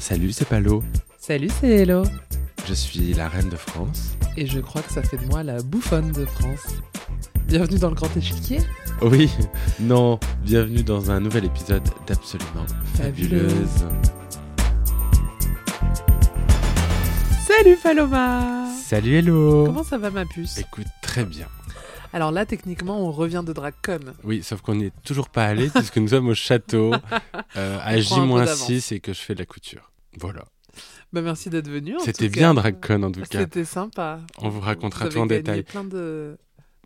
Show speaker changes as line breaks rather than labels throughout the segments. Salut, c'est Palo.
Salut, c'est Hello.
Je suis la reine de France.
Et je crois que ça fait de moi la bouffonne de France. Bienvenue dans le grand échiquier.
Oh Oui, non, bienvenue dans un nouvel épisode d'Absolument
Fabuleuse.
Fabuleuse.
Salut, Paloma.
Salut, hello.
Comment ça va, ma puce
Écoute, très bien.
Alors là, techniquement, on revient de Dracon.
Oui, sauf qu'on n'y est toujours pas allé puisque nous sommes au château euh, à
On prend un peu
J-6 et que je fais de la couture. Voilà.
Bah, merci d'être venu. en
C'était
tout
bien
cas.
Dracon en tout cas.
C'était sympa.
On vous racontera
Vous
tout en
avez
détail.
gagné plein de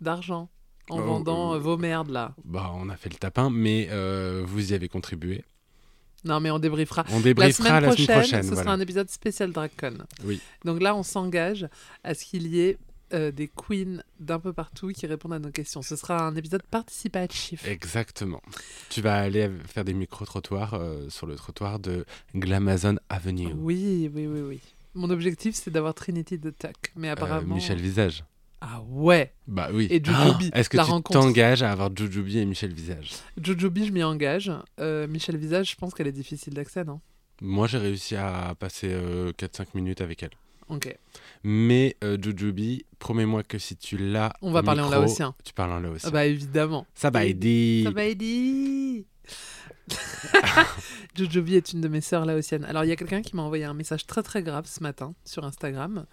d'argent en
Oh,
vendant
euh,
euh, vos merdes là.
Bah, on a fait le tapin, mais euh, vous y avez contribué.
Non, mais on débriefera.
On
La
débriefera
semaine,
la semaine
prochaine,
prochaine.
ce
voilà.
sera un épisode spécial Dracon.
Oui.
Donc là, on s'engage à ce qu'il y ait euh, des queens d'un peu partout qui répondent à nos questions. Ce sera un épisode participatif.
Exactement. Tu vas aller faire des micro-trottoirs euh, sur le trottoir de Glamazon Avenue.
Oui, oui, oui, oui. Mon objectif, c'est d'avoir Trinity de Tuck. Mais
Euh,
apparemment.
Michel Visage.
Ah ouais
Bah oui.
Et Jujubee,
Est-ce que
la
tu
rencontre.
t'engages à avoir Jujubee et Michel Visage
Jojobi, je m'y engage. Euh, Michel Visage, je pense qu'elle est difficile d'accès, non
Moi, j'ai réussi à passer euh, 4-5 minutes avec elle.
Ok.
Mais euh, Jujubee, promets-moi que si tu l'as.
On va
au
parler en
micro,
laotien.
Tu parles en laotien.
Ah bah évidemment.
Ça va aider.
Ça va aider Jojobi est une de mes sœurs laotiennes. Alors, il y a quelqu'un qui m'a envoyé un message très très grave ce matin sur Instagram.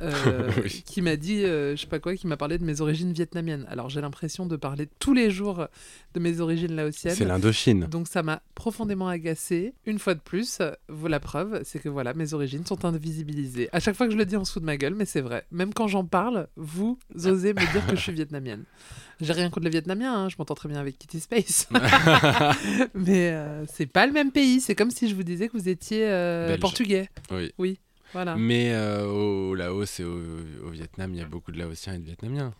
euh,
Oui.
qui m'a dit, euh, je sais pas quoi, qui m'a parlé de mes origines vietnamiennes. Alors j'ai l'impression de parler tous les jours de mes origines
C'est
laotiennes.
l'Indochine.
Donc ça m'a profondément agacée. Une fois de plus, euh, la preuve, c'est que voilà, mes origines sont invisibilisées. À chaque fois que je le dis en dessous de ma gueule, mais c'est vrai. Même quand j'en parle, vous osez me dire que je suis vietnamienne. J'ai rien contre les Vietnamiens, hein, je m'entends très bien avec Kitty Space. mais euh, c'est pas le même pays. C'est comme si je vous disais que vous étiez euh,
Belge.
portugais.
Oui.
Voilà.
Mais euh, au Laos et au, au Vietnam, il y a beaucoup de Laotiens et de Vietnamiens.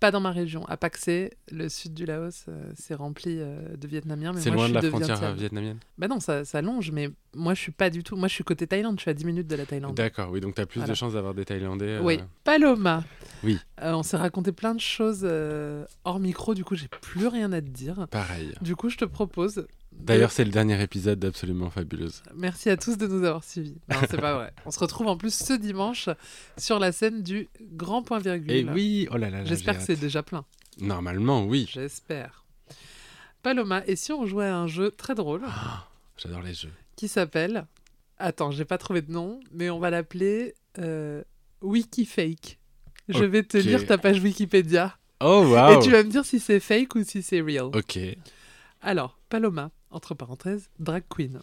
Pas dans ma région. À Paxé, le sud du Laos, euh, c'est rempli euh, de Vietnamiens. mais
C'est
moi,
loin
je
de
suis
la frontière
Vientiane.
euh, vietnamienne.
Bah non, ça, ça longe, mais moi je suis pas du tout. Moi je suis côté Thaïlande, je suis à 10 minutes de la Thaïlande.
D'accord, oui, donc tu as plus
Voilà.
de chances d'avoir des Thaïlandais. euh,
Oui, Paloma.
Oui.
Euh, on s'est raconté plein de choses euh, hors micro, du coup, j'ai plus rien à te dire.
Pareil.
Du coup, je te propose. de-
D'ailleurs, c'est le dernier épisode d'Absolument Fabuleuse.
Merci à tous de nous avoir suivis. Non, c'est pas vrai. On se retrouve en plus ce dimanche sur la scène du Grand Point Virgule.
Et oui, oh là là. là,
J'espère
j'ai
que c'est
hâte.
déjà plein.
Normalement, oui.
J'espère. Paloma, et si on jouait à un jeu très drôle
Ah, J'adore les jeux.
qui s'appelle. Attends, j'ai pas trouvé de nom, mais on va l'appeler euh, Wikifake. Je vais te
Ok.
lire ta page Wikipédia.
Oh, waouh
Et tu vas me dire si c'est fake ou si c'est real.
Ok.
Alors, Paloma, entre parenthèses, drag queen.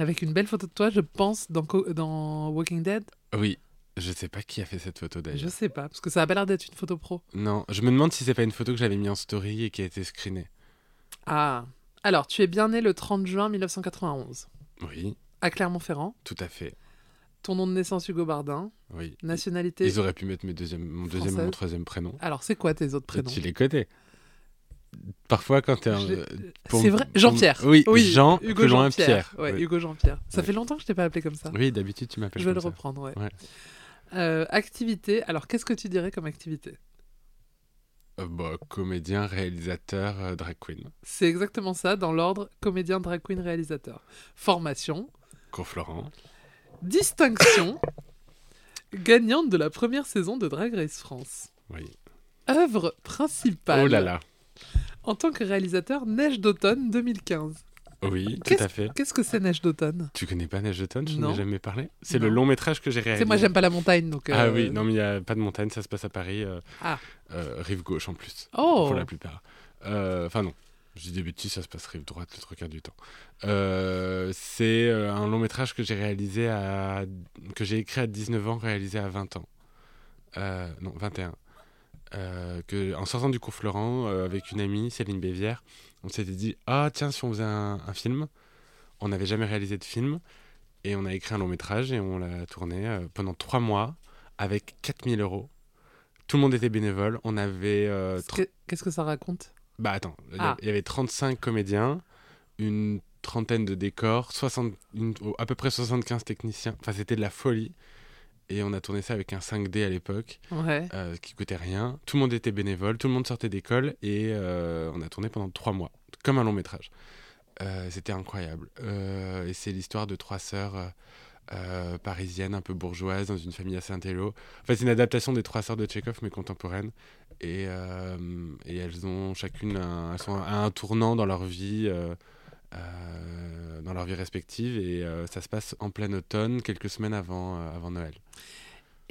Avec une belle photo de toi, je pense, dans, Co- dans Walking Dead.
Oui, je sais pas qui a fait cette photo
Je
d'ailleurs.
sais pas, parce que ça a pas l'air d'être une photo pro.
Non, je me demande si c'est pas une photo que j'avais mis en story et qui a été screenée.
Ah. Alors, tu es bien né le 30 juin 1991,
Oui,
à Clermont-Ferrand.
tout à fait.
Ton nom de naissance, Hugo Bardin.
Oui.
Nationalité.
Ils auraient pu mettre mes deuxième, mon deuxième et mon
Française.
troisième prénom.
Alors, c'est quoi tes autres
Et
prénoms
Euh, Tu les connais. Parfois, quand t'es un.
Je-
pour-
C'est vrai,
pour-
Jean-Pierre.
Oui, Jean,
Hugo
plus loin,
Jean-Pierre.
Pierre.
Ouais,
Oui.
Hugo Jean-Pierre. Ça
Oui.
fait longtemps que je t'ai pas appelé comme ça.
Oui, d'habitude, tu m'appelles.
je vais le
comme ça.
reprendre, ouais.
Ouais.
Euh, activité. Alors, qu'est-ce que tu dirais comme activité
Euh, bah, comédien, réalisateur, euh, drag queen.
C'est exactement ça, dans l'ordre comédien, drag queen, réalisateur. Formation,
Conflorent.
distinction, gagnante de la première saison de Drag Race France.
Oui.
Œuvre principale.
Oh là là.
En tant que réalisateur, Neige d'automne 2015.
Oui, tout
Qu'est-ce-
à fait.
Qu'est-ce que c'est Neige d'automne
Tu connais pas Neige d'automne Je
Non.
n'en ai jamais parlé. C'est le
Non.
long métrage que j'ai
Tu
réalisé.
sais, moi, j'aime pas la montagne, donc.
Ah
euh,
oui, non, mais il n'y a pas de montagne, ça se passe à Paris. euh,
Ah.
euh, rive gauche en plus.
Oh
Pour la plupart. Euh, Enfin, non. J'ai des bêtises, ça se passe rive droite le trois quarts du temps. Euh, c'est euh, un long métrage que j'ai réalisé à. que j'ai écrit à 19 ans, réalisé à 20 ans. Euh, non, 21. Euh, que, en sortant du cours Florent, euh, avec une amie, Céline Bévière, on s'était dit Ah, tiens, si on faisait un, un film, on n'avait jamais réalisé de film, et on a écrit un long métrage et on l'a tourné euh, pendant trois mois avec 4000 euros. Tout le monde était bénévole, on avait euh,
Parce que- Qu'est-ce que ça raconte
bah attends, il y a-
Ah.
il y avait 35 comédiens, une trentaine de décors, 60, une- oh, à peu près 75 techniciens. Enfin, c'était de la folie. Et on a tourné ça avec un 5D à l'époque,
Ouais.
euh, qui coûtait rien. Tout le monde était bénévole, tout le monde sortait d'école. Et euh, on a tourné pendant trois mois, comme un long métrage. Euh, C'était incroyable. Euh, et c'est l'histoire de trois sœurs euh, euh, parisiennes, un peu bourgeoises, dans une famille à Saint-Hélo. En fait, c'est une adaptation des trois sœurs de Tchekhov, mais contemporaine. Et, euh, et elles ont chacune un, elles sont à un tournant dans leur vie. euh, euh, dans leur vie respective et euh, ça se passe en plein automne quelques semaines avant, euh, avant Noël.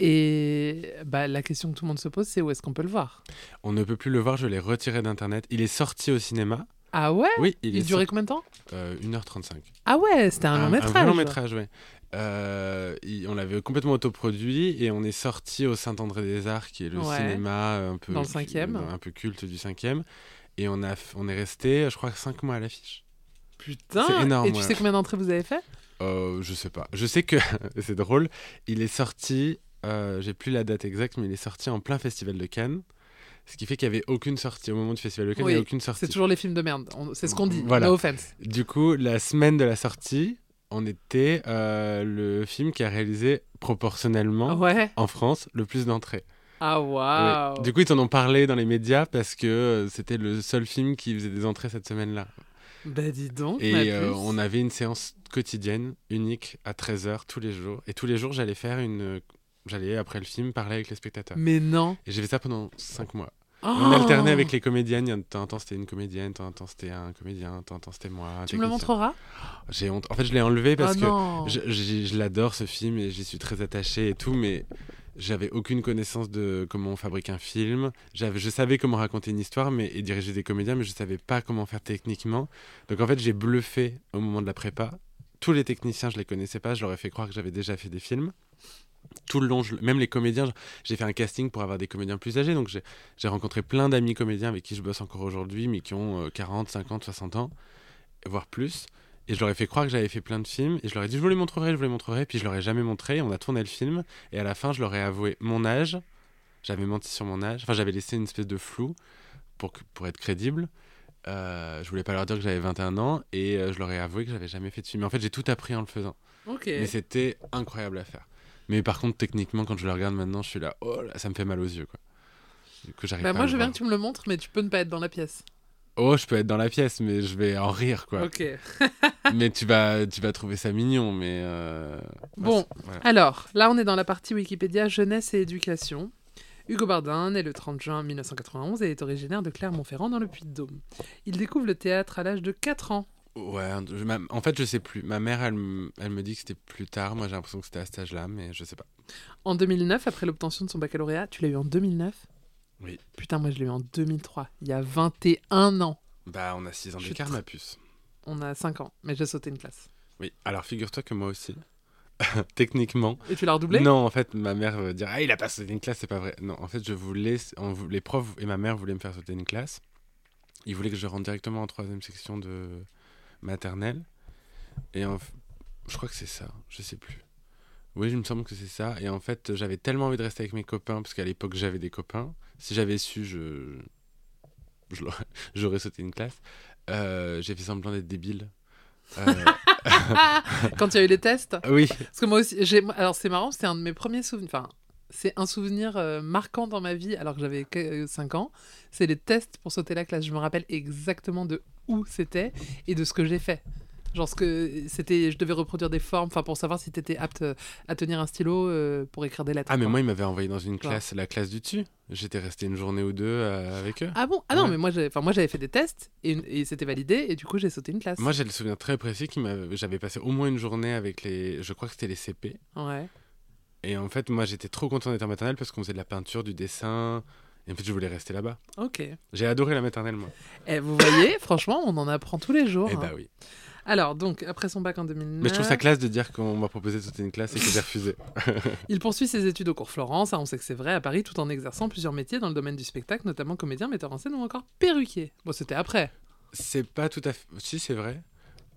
Et bah, la question que tout le monde se pose, c'est où est-ce qu'on peut le voir
On ne peut plus le voir, je l'ai retiré d'internet. Il est sorti au cinéma.
Ah ouais
Oui, il, est
Il durait combien de temps
sorti, euh, 1h35.
Ah ouais, c'était un, long métrage.
vrai long métrage, ouais. Euh, il- on l'avait complètement autoproduit et on est sorti au Saint-André-des-Arts, qui est le
Ouais.
cinéma euh, un peu,
Dans le cinquième.
un peu culte du 5e. Et on, a, f- on est resté, je crois, 5 mois à l'affiche.
Putain
C'est énorme,
Et tu
ouais.
sais combien d'entrées vous avez fait
Euh, je sais pas. Je sais que c'est drôle. Il est sorti, euh, j'ai plus la date exacte, mais il est sorti en plein festival de Cannes. Ce qui fait qu'il n'y avait aucune sortie. Au moment du festival de Cannes,
Oui,
il n'y avait aucune sortie.
C'est toujours les films de merde. On- C'est ce qu'on dit.
Voilà.
No offense.
Du coup, la semaine de la sortie, on était euh, le film qui a réalisé proportionnellement
Ah Ouais.
en France le plus d'entrées.
Ah waouh.
Oui. Du coup, ils en ont parlé dans les médias parce que euh, c'était le seul film qui faisait des entrées cette semaine-là.
Bah dis donc. ma
Et
puce.
euh, on avait une séance quotidienne, unique, à 13h tous les jours. Et tous les jours, j'allais faire une. J'allais, après le film, parler avec les spectateurs.
Mais non.
Et j'ai fait ça pendant 5 mois. On
Mm. Oh.
alternait avec les comédiennes. Il y a De temps en temps, c'était une comédienne, de temps en temps, c'était un comédien, de temps en temps, c'était moi. un
Oh Tu me le
technicien.
montreras
J'ai honte. En fait, je l'ai enlevé parce
Ah
que
non.
je, j'ai- je l'adore ce film et j'y suis très attaché et tout, mais j'avais aucune connaissance de comment on fabrique un film. J'avais, je savais comment raconter une histoire mais, et diriger des comédiens, mais je savais pas comment faire techniquement. Donc en fait, j'ai bluffé au moment de la prépa. Tous les techniciens, je les connaissais pas, je leur ai fait croire que j'avais déjà fait des films. Tout le long, je- même les comédiens, je- j'ai fait un casting pour avoir des comédiens plus âgés, donc j'ai, j'ai rencontré plein d'amis comédiens avec qui je bosse encore aujourd'hui, mais qui ont euh, 40, 50, 60 ans, voire plus. Et je leur ai fait croire que j'avais fait plein de films. Et je leur ai dit, je vous les montrerai, je vous les montrerai. Puis je leur ai jamais montré. et on a tourné le film. Et à la fin, je leur ai avoué mon âge. J'avais menti sur mon âge. Enfin, j'avais laissé une espèce de flou pour, que- pour être crédible. Euh, je voulais pas leur dire que j'avais 21 ans. Et euh, je leur ai avoué que j'avais jamais fait de film. Mais en fait, j'ai tout appris en le faisant.
Ok.
Mais c'était incroyable à faire. Mais par contre, techniquement, quand je le regarde maintenant, je suis là, oh là, ça me fait mal aux yeux, quoi. Que j'arrive
Bah
pas
moi
à le
je veux bien
voir.
que tu me le montres, mais tu peux ne pas être dans la pièce.
Oh, je peux être dans la pièce, mais je vais en rire, quoi.
Ok.
mais tu vas, tu vas trouver ça mignon, mais. euh,
Bon.
c'est- voilà.
Alors, là, on est dans la partie Wikipédia Jeunesse et Éducation. Hugo Bardin, né le 30 juin 1991 et est originaire de Clermont-Ferrand dans le Puy-de-Dôme. Il découvre le théâtre à l'âge de 4 ans.
Ouais, je- ma- en fait, je sais plus. Ma mère, elle, m- elle me dit que c'était plus tard. Moi, j'ai l'impression que c'était à cet âge-là, mais je sais pas.
En 2009, après l'obtention de son baccalauréat, tu l'as eu en 2009
Oui.
Putain, moi je l'ai eu en 2003, il y a 21 ans.
Bah, on a 6 ans
Je
d'écart,
suis
ma puce.
On a 5 ans, mais j'ai sauté une classe.
Oui, alors figure-toi que moi aussi. Techniquement.
Et tu l'as redoublé
Non, en fait, ma mère veut dire Ah, il a pas sauté une classe, c'est pas vrai. Non, en fait, je voulais. on vou- les profs et ma mère voulaient me faire sauter une classe. Ils voulaient que je rentre directement en troisième section de maternelle. Et en f- je crois que c'est ça, je sais plus. Oui, il me semble que c'est ça. Et en fait, j'avais tellement envie de rester avec mes copains, parce qu'à l'époque, j'avais des copains. Si j'avais su, je. je l'aurais- J'aurais sauté une classe. Euh, j'ai fait semblant d'être débile. Euh,
Ah Quand il y a eu les tests
oui,
Parce que moi aussi, j'ai. moi- Alors c'est marrant, c'est un de mes premiers souvenirs. Enfin, c'est un souvenir euh, marquant dans ma vie, alors que j'avais 5 ans. C'est les tests pour sauter la classe. Je me rappelle exactement de où c'était et de ce que j'ai fait. Genre ce que c'était, je devais reproduire des formes, enfin pour savoir si t'étais apte euh, à tenir un stylo euh, pour écrire des lettres.
Ah mais
quoi.
moi il m'avait envoyé dans une
Genre.
classe, la classe du dessus. J'étais resté une journée ou deux euh, avec eux.
Ah bon Ah non,
Ouais.
mais moi j'avais, enfin moi j'avais fait des tests et, une- et c'était validé et du coup j'ai sauté une classe.
Moi j'ai le souvenir très précis que j'avais passé au moins une journée avec les, je crois que c'était les CP.
Ouais.
Et en fait moi j'étais trop content d'être en maternelle parce qu'on faisait de la peinture, du dessin. Et en fait je voulais rester là-bas.
Ok.
J'ai adoré la maternelle moi.
Et vous voyez, franchement, on en apprend tous les jours.
Eh
hein.
bah oui.
Alors donc après son bac en 2009.
Mais je trouve ça classe de dire qu'on m'a proposé de sauter une classe et que j'ai refusé.
Il poursuit ses études au cours Florent, ça on sait que c'est vrai, à Paris, tout en exerçant plusieurs métiers dans le domaine du spectacle, notamment comédien, metteur en scène ou encore perruquier. Bon, c'était après.
C'est pas tout à fait. Si c'est vrai.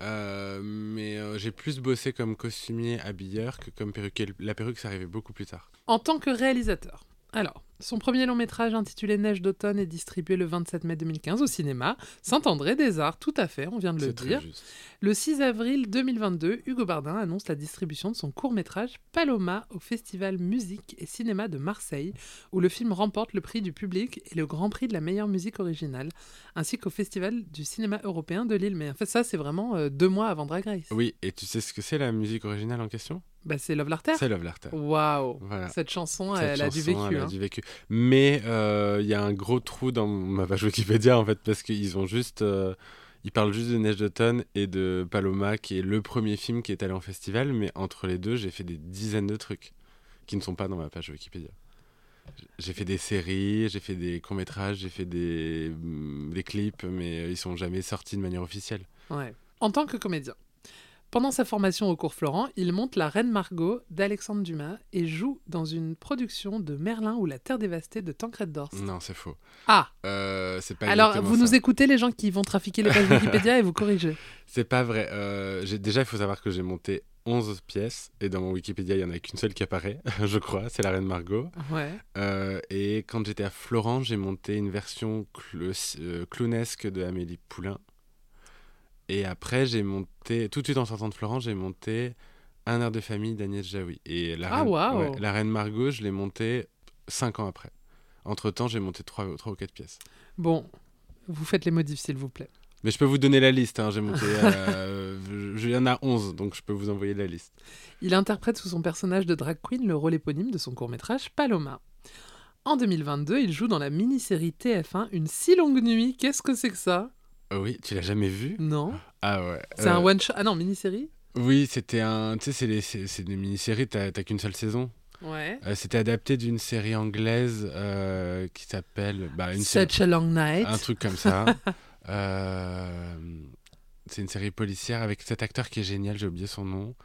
Euh, mais euh, j'ai plus bossé comme costumier habilleur que comme perruquier. La perruque, ça arrivait beaucoup plus tard.
En tant que réalisateur. Alors, Son premier long métrage intitulé Neige d'automne est distribué le 27 mai 2015 au cinéma Saint-André des Arts, tout à fait, on vient de le
C'est très
dire.
juste.
Le 6 avril 2022, Hugo Bardin annonce la distribution de son court-métrage Paloma au Festival Musique et Cinéma de Marseille, où le film remporte le prix du public et le grand prix de la meilleure musique originale, ainsi qu'au Festival du cinéma européen de Lille. Mais en fait, ça, c'est vraiment euh, deux mois avant Drag Race.
Oui, et tu sais ce que c'est la musique originale en question
Bah, c'est Love Larter.
C'est Love Letter.
Waouh
Voilà.
Cette chanson,
Cette
elle a du
chanson,
vécu.
elle a
hein.
du vécu. Mais euh, il y a un gros trou dans ma page Wikipédia, en fait, parce qu'ils ont juste. euh, ils parlent juste de Neige d'automne et de Paloma, qui est le premier film qui est allé en festival, mais entre les deux, j'ai fait des dizaines de trucs qui ne sont pas dans ma page Wikipédia. J- J'ai fait des séries, j'ai fait des courts-métrages, j'ai fait des, mm, des clips, mais ils sont jamais sortis de manière officielle.
Ouais. En tant que comédien. Pendant sa formation au cours Florent, il monte La Reine Margot d'Alexandre Dumas et joue dans une production de Merlin ou La Terre dévastée de Tancred d'Orse.
Non, c'est faux.
Ah,
Euh, c'est pas
alors
exactement
vous
ça.
nous écoutez les gens qui vont trafiquer les pages Wikipédia et vous corrigez.
C'est pas vrai. Euh, j'ai- déjà, il faut savoir que j'ai monté 11 pièces et dans mon Wikipédia, il n'y en a qu'une seule qui apparaît, je crois, c'est la Reine Margot.
Ouais.
Euh, et quand j'étais à Florence, j'ai monté une version cl- euh, clownesque de Amélie Poulain. Et après, j'ai monté, tout de suite en sortant de Florence, j'ai monté Un air de famille d'Agnès Jaoui. Et la
Ah,
Reine,
waouh.
ouais, la Reine Margot, je l'ai montée 5 ans après. Entre-temps, j'ai monté 3, ou 4 pièces.
Bon, vous faites les modifs s'il vous plaît.
Mais je peux vous donner la liste, hein, j'ai monté... euh, je- je- Il y en a 11, donc je peux vous envoyer la liste.
Il interprète sous son personnage de drag queen le rôle éponyme de son court-métrage Paloma. En 2022, il joue dans la mini-série TF1 Une si longue nuit. Qu'est-ce que c'est que ça
Ah Oui, tu l'as jamais vu
Non,
Ah ouais.
c'est
euh,
un one-shot. Ah non, mini-série
Oui, c'était un. Tu sais, c'est les- c'est c'est des mini-séries, t'as t'as qu'une seule saison.
Ouais.
Euh, c'était adapté d'une série anglaise euh, qui s'appelle. Bah, une série-
Such a long night.
Un truc comme ça. Euh, c'est une série policière avec cet acteur qui est génial, j'ai oublié son nom.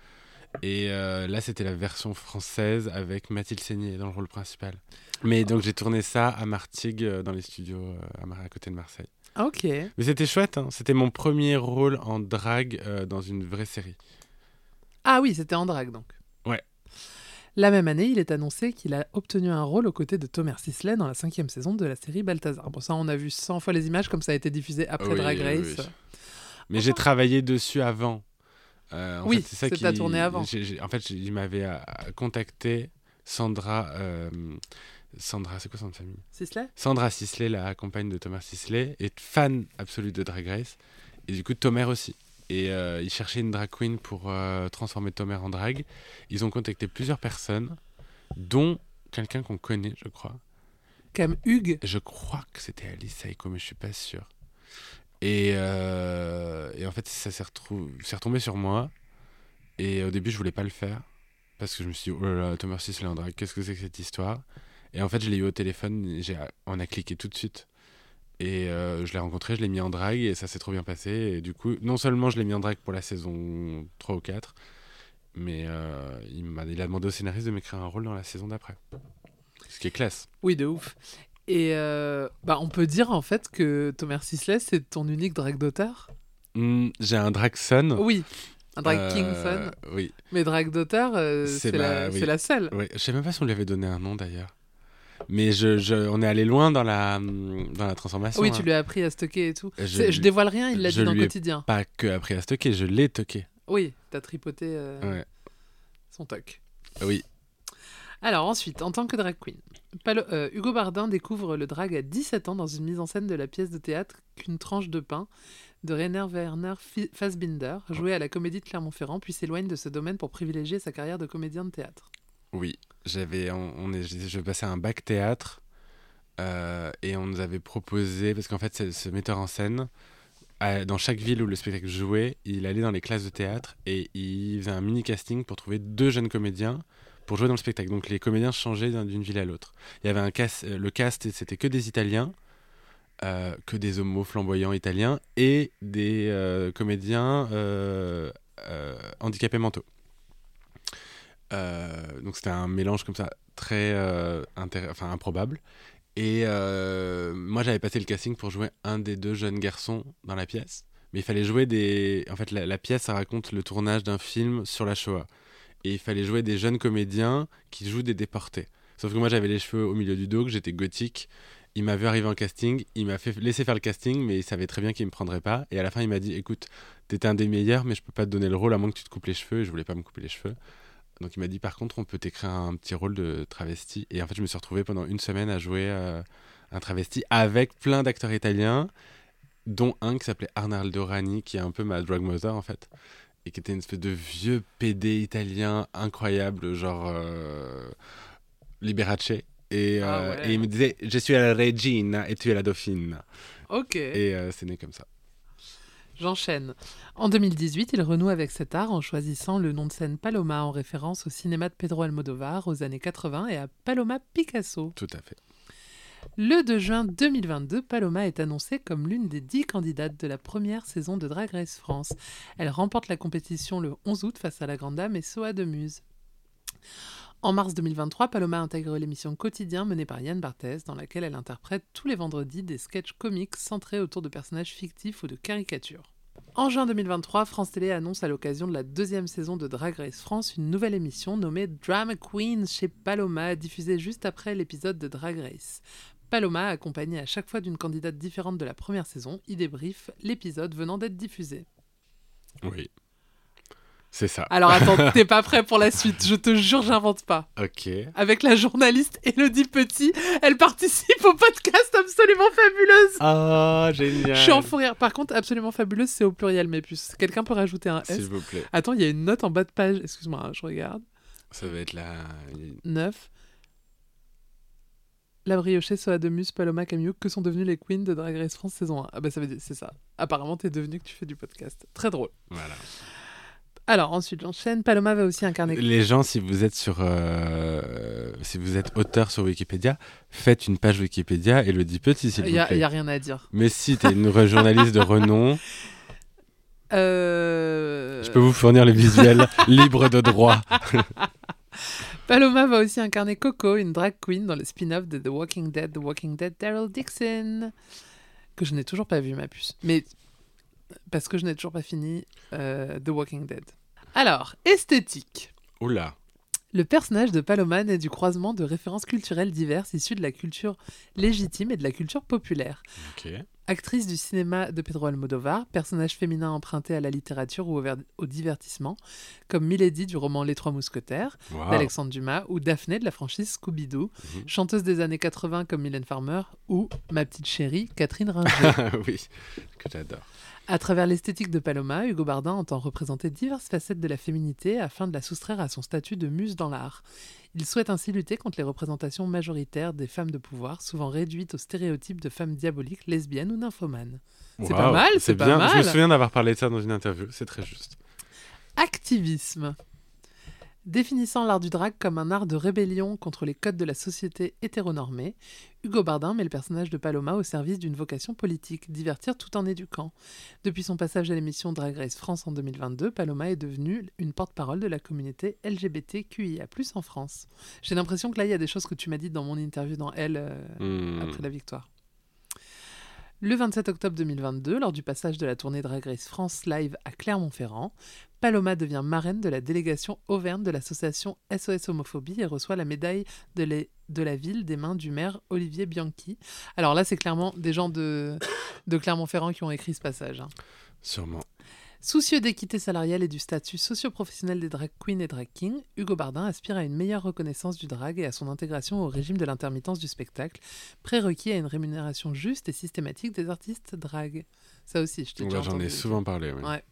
Et euh, là, c'était la version française avec Mathilde Seigné dans le rôle principal. Mais donc, j'ai tourné ça à Martigues, euh, dans les studios euh, à, Mar- à côté de Marseille.
Ah, Ok.
Mais c'était chouette, hein. c'était mon premier rôle en drague euh, dans une vraie série.
Ah oui, c'était en drague donc.
Ouais.
La même année, il est annoncé qu'il a obtenu un rôle aux côtés de Thomas Sisley dans la cinquième saison de la série Balthazar. Bon, ça, on a vu 100 fois les images comme ça a été diffusé après
Ah Oui,
Drag
oui,
Race. Oh.
oui. Mais j'ai travaillé dessus avant. Euh, en
Oui,
fait, c'est ça
c'est
qui-
ta tournée avant.
j'ai- j'ai- en fait, j'ai- il m'avait euh, contacté Sandra. euh, Sandra, c'est quoi son nom de famille
Sisley
Sandra Sisley, la compagne de Thomas Sisley, est fan absolue de Drag Race. Et du coup, Tomer aussi. Et euh, ils cherchaient une drag queen pour euh, transformer Tomer en drague. Ils ont contacté plusieurs personnes, dont quelqu'un qu'on connaît, je crois.
Comme Hugues.
Je crois que c'était Alice Saïko, mais je suis pas sûr. Et, euh, et en fait, ça s'est retrou- c'est retombé sur moi. Et au début, je voulais pas le faire. Parce que je me suis dit, oh là là, Thomas Sisley en drague, qu'est-ce que c'est que cette histoire Et en fait, je l'ai eu au téléphone, et j'ai, on a cliqué tout de suite. Et euh, je l'ai rencontré, je l'ai mis en drague, et ça s'est trop bien passé. Et du coup, non seulement je l'ai mis en drague pour la saison 3 ou 4, mais euh, il, m'a, il a demandé au scénariste de m'écrire un rôle dans la saison d'après. Ce qui est classe.
Oui, de ouf. Et euh, bah, on peut dire en fait que Thomas Sisley, c'est ton unique drague d'auteur
Hmm, j'ai un Draxon.
Oui. Un drag
Ah. Euh,
king fun.
Oui,
Mais drague d'auteur, euh,
c'est
c'est la,
ma- oui.
c'est la seule.
oui. Je sais même pas si on lui avait donné un nom d'ailleurs. Mais je, je- on est allé loin dans la, hum, dans la transformation.
oui,
hein.
tu lui as appris à stocker et tout.
Je
C'est- Je,
lui-
dévoile rien, il l'a
je
dit dans
lui ai-
quotidien.
Pas que après à stocker, je l'ai toqué.
Oui, t'as tripoté euh,
Ouais.
son toc.
Oui.
Alors ensuite, en tant que drag queen, Palo- euh, Hugo Bardin découvre le drag à 17 ans dans une mise en scène de la pièce de théâtre Qu'une tranche de pain de Rainer Werner Fi- Fassbinder, jouée à la comédie de Clermont-Ferrand, puis s'éloigne de ce domaine pour privilégier sa carrière de comédien de théâtre.
Oui, j'avais, on, on est, je, je passais un bac théâtre euh, et on nous avait proposé parce qu'en fait, c'est- ce metteur en scène, à- dans chaque ville où le spectacle jouait, il allait dans les classes de théâtre et il faisait un mini casting pour trouver deux jeunes comédiens pour jouer dans le spectacle. Donc les comédiens changeaient d'un- d'une ville à l'autre. Il y avait un cast, euh, le cast, c'était que des Italiens, euh, que des homos flamboyants italiens et des euh, comédiens euh, euh, handicapés mentaux. Euh, donc c'était un mélange comme ça très euh, intér- enfin, improbable. Et euh, moi j'avais passé le casting pour jouer un des deux jeunes garçons dans la pièce. Mais il fallait jouer des... En fait la, la pièce ça raconte le tournage d'un film sur la Shoah. Et il fallait jouer des jeunes comédiens qui jouent des déportés. Sauf que moi, j'avais les cheveux au milieu du dos, que j'étais gothique. Il m'a vu arriver en casting, il m'a fait laissé faire le casting, mais il savait très bien qu'il me prendrait pas. Et à la fin, il m'a dit Écoute, t'étais un des meilleurs, mais je peux pas te donner le rôle à moins que tu te coupes les cheveux. Et je voulais pas me couper les cheveux. Donc il m'a dit Par contre, on peut t'écrire un petit rôle de travesti. Et en fait, je me suis retrouvé pendant une semaine à jouer euh, un travesti avec plein d'acteurs italiens, dont un qui s'appelait Arnaldo Rani, qui est un peu ma drug mother en fait et qui était une espèce de vieux PD italien incroyable, genre euh, Liberace. Et,
Ah
euh,
ouais.
et il me disait Je suis la Regina et tu es la Dauphine.
Ok.
Et euh, c'est né comme ça.
J'enchaîne. En 2018, il renoue avec cet art en choisissant le nom de scène Paloma en référence au cinéma de Pedro Almodovar aux années 80 et à Paloma Picasso.
Tout à fait.
Le 2 juin 2022, Paloma est annoncée comme l'une des dix candidates de la première saison de Drag Race France. Elle remporte la compétition le 11 août face à la Grande Dame et Soa de Muse. En mars 2023, Paloma intègre l'émission Quotidien menée par Yann Barthès, dans laquelle elle interprète tous les vendredis des sketchs comiques centrés autour de personnages fictifs ou de caricatures. En juin 2023, France Télé annonce à l'occasion de la deuxième saison de Drag Race France une nouvelle émission nommée Drama Queen chez Paloma, diffusée juste après l'épisode de Drag Race. Paloma, accompagnée à chaque fois d'une candidate différente de la première saison, y débriefe l'épisode venant d'être diffusé.
Oui. C'est ça.
Alors attends, t'es pas prêt pour la suite, je te jure, j'invente pas.
Ok.
Avec la journaliste Elodie Petit, elle participe au podcast Absolument Fabuleuse.
Ah, génial.
Je suis en fou rire. Par contre, Absolument Fabuleuse, c'est au pluriel, mes puces. Quelqu'un peut rajouter un
S'il
S
vous plaît.
Attends, il y a une note en bas de page. Excuse-moi, hein, je regarde.
Ça va être la.
9. La briochée, Soa de Muse, Paloma Camiouk, que sont devenues les queens de Drag Race France saison 1. Ah bah ça veut dire, c'est ça. Apparemment, t'es devenu que tu fais du podcast. Très drôle.
Voilà.
Alors ensuite, j'enchaîne. Paloma va aussi incarner.
Les gens, si vous êtes sur, euh, si vous êtes auteur sur Wikipédia, faites une page Wikipédia et le dit petit, s'il
Il
vous
n'y
plaît.
a, y a rien à dire.
Mais si t'es une re- journaliste de renom,
Euh,
Je peux vous fournir le visuel libre de droit.
Paloma va aussi incarner Coco, une drag queen dans le spin-off de The Walking Dead, The Walking Dead Daryl Dixon, que je n'ai toujours pas vu, ma puce. Mais parce que je n'ai toujours pas fini euh, The Walking Dead. Alors, esthétique.
Oula.
Le personnage de Paloma naît du croisement de références culturelles diverses issues de la culture légitime et de la culture populaire.
Ok.
Actrice du cinéma de Pedro Almodovar, personnage féminin emprunté à la littérature ou au, ver- au divertissement, comme Milady du roman Les Trois Mousquetaires, d'Alexandre Dumas, ou Daphné de la franchise Scooby-Doo,
Ah. Mhm.
chanteuse des années 80 comme Mylène Farmer, ou ma petite chérie Catherine Ringer.
oui, que j'adore.
à travers l'esthétique de Paloma, Hugo Bardin entend représenter diverses facettes de la féminité afin de la soustraire à son statut de muse dans l'art. Il souhaite ainsi lutter contre les représentations majoritaires des femmes de pouvoir, souvent réduites aux stéréotypes de femmes diaboliques, lesbiennes ou nymphomanes. C'est pas mal, c'est pas
bien. Je me
mal.
souviens d'avoir parlé de ça dans une interview, c'est très juste.
Activisme. Définissant l'art du drag comme un art de rébellion contre les codes de la société hétéronormée, Hugo Bardin met le personnage de Paloma au service d'une vocation politique, divertir tout en éduquant. Depuis son passage à l'émission Drag Race France en 2022, Paloma est devenue une porte-parole de la communauté LGBTQIA+, en France. J'ai l'impression que là, il y a des choses que tu m'as dites dans mon interview dans Elle... euh,
Hmm.
après la victoire. Le 27 octobre 2022, lors du passage de la tournée Drag Race France Live à Clermont-Ferrand, Paloma devient marraine de la délégation Auvergne de l'association SOS Homophobie et reçoit la médaille de, les- de la ville des mains du maire Olivier Bianchi. Alors là, c'est clairement des gens de, de Clermont-Ferrand qui ont écrit ce passage. hein.
Sûrement.
Soucieux d'équité salariale et du statut socio-professionnel des drag queens et drag kings, Hugo Bardin aspire à une meilleure reconnaissance du drag et à son intégration au régime de l'intermittence du spectacle, prérequis à une rémunération juste et systématique des artistes drag. Ça aussi, je t'ai
Ouais,
déjà
J'en ai
entendu.
souvent parlé. oui.
Ouais.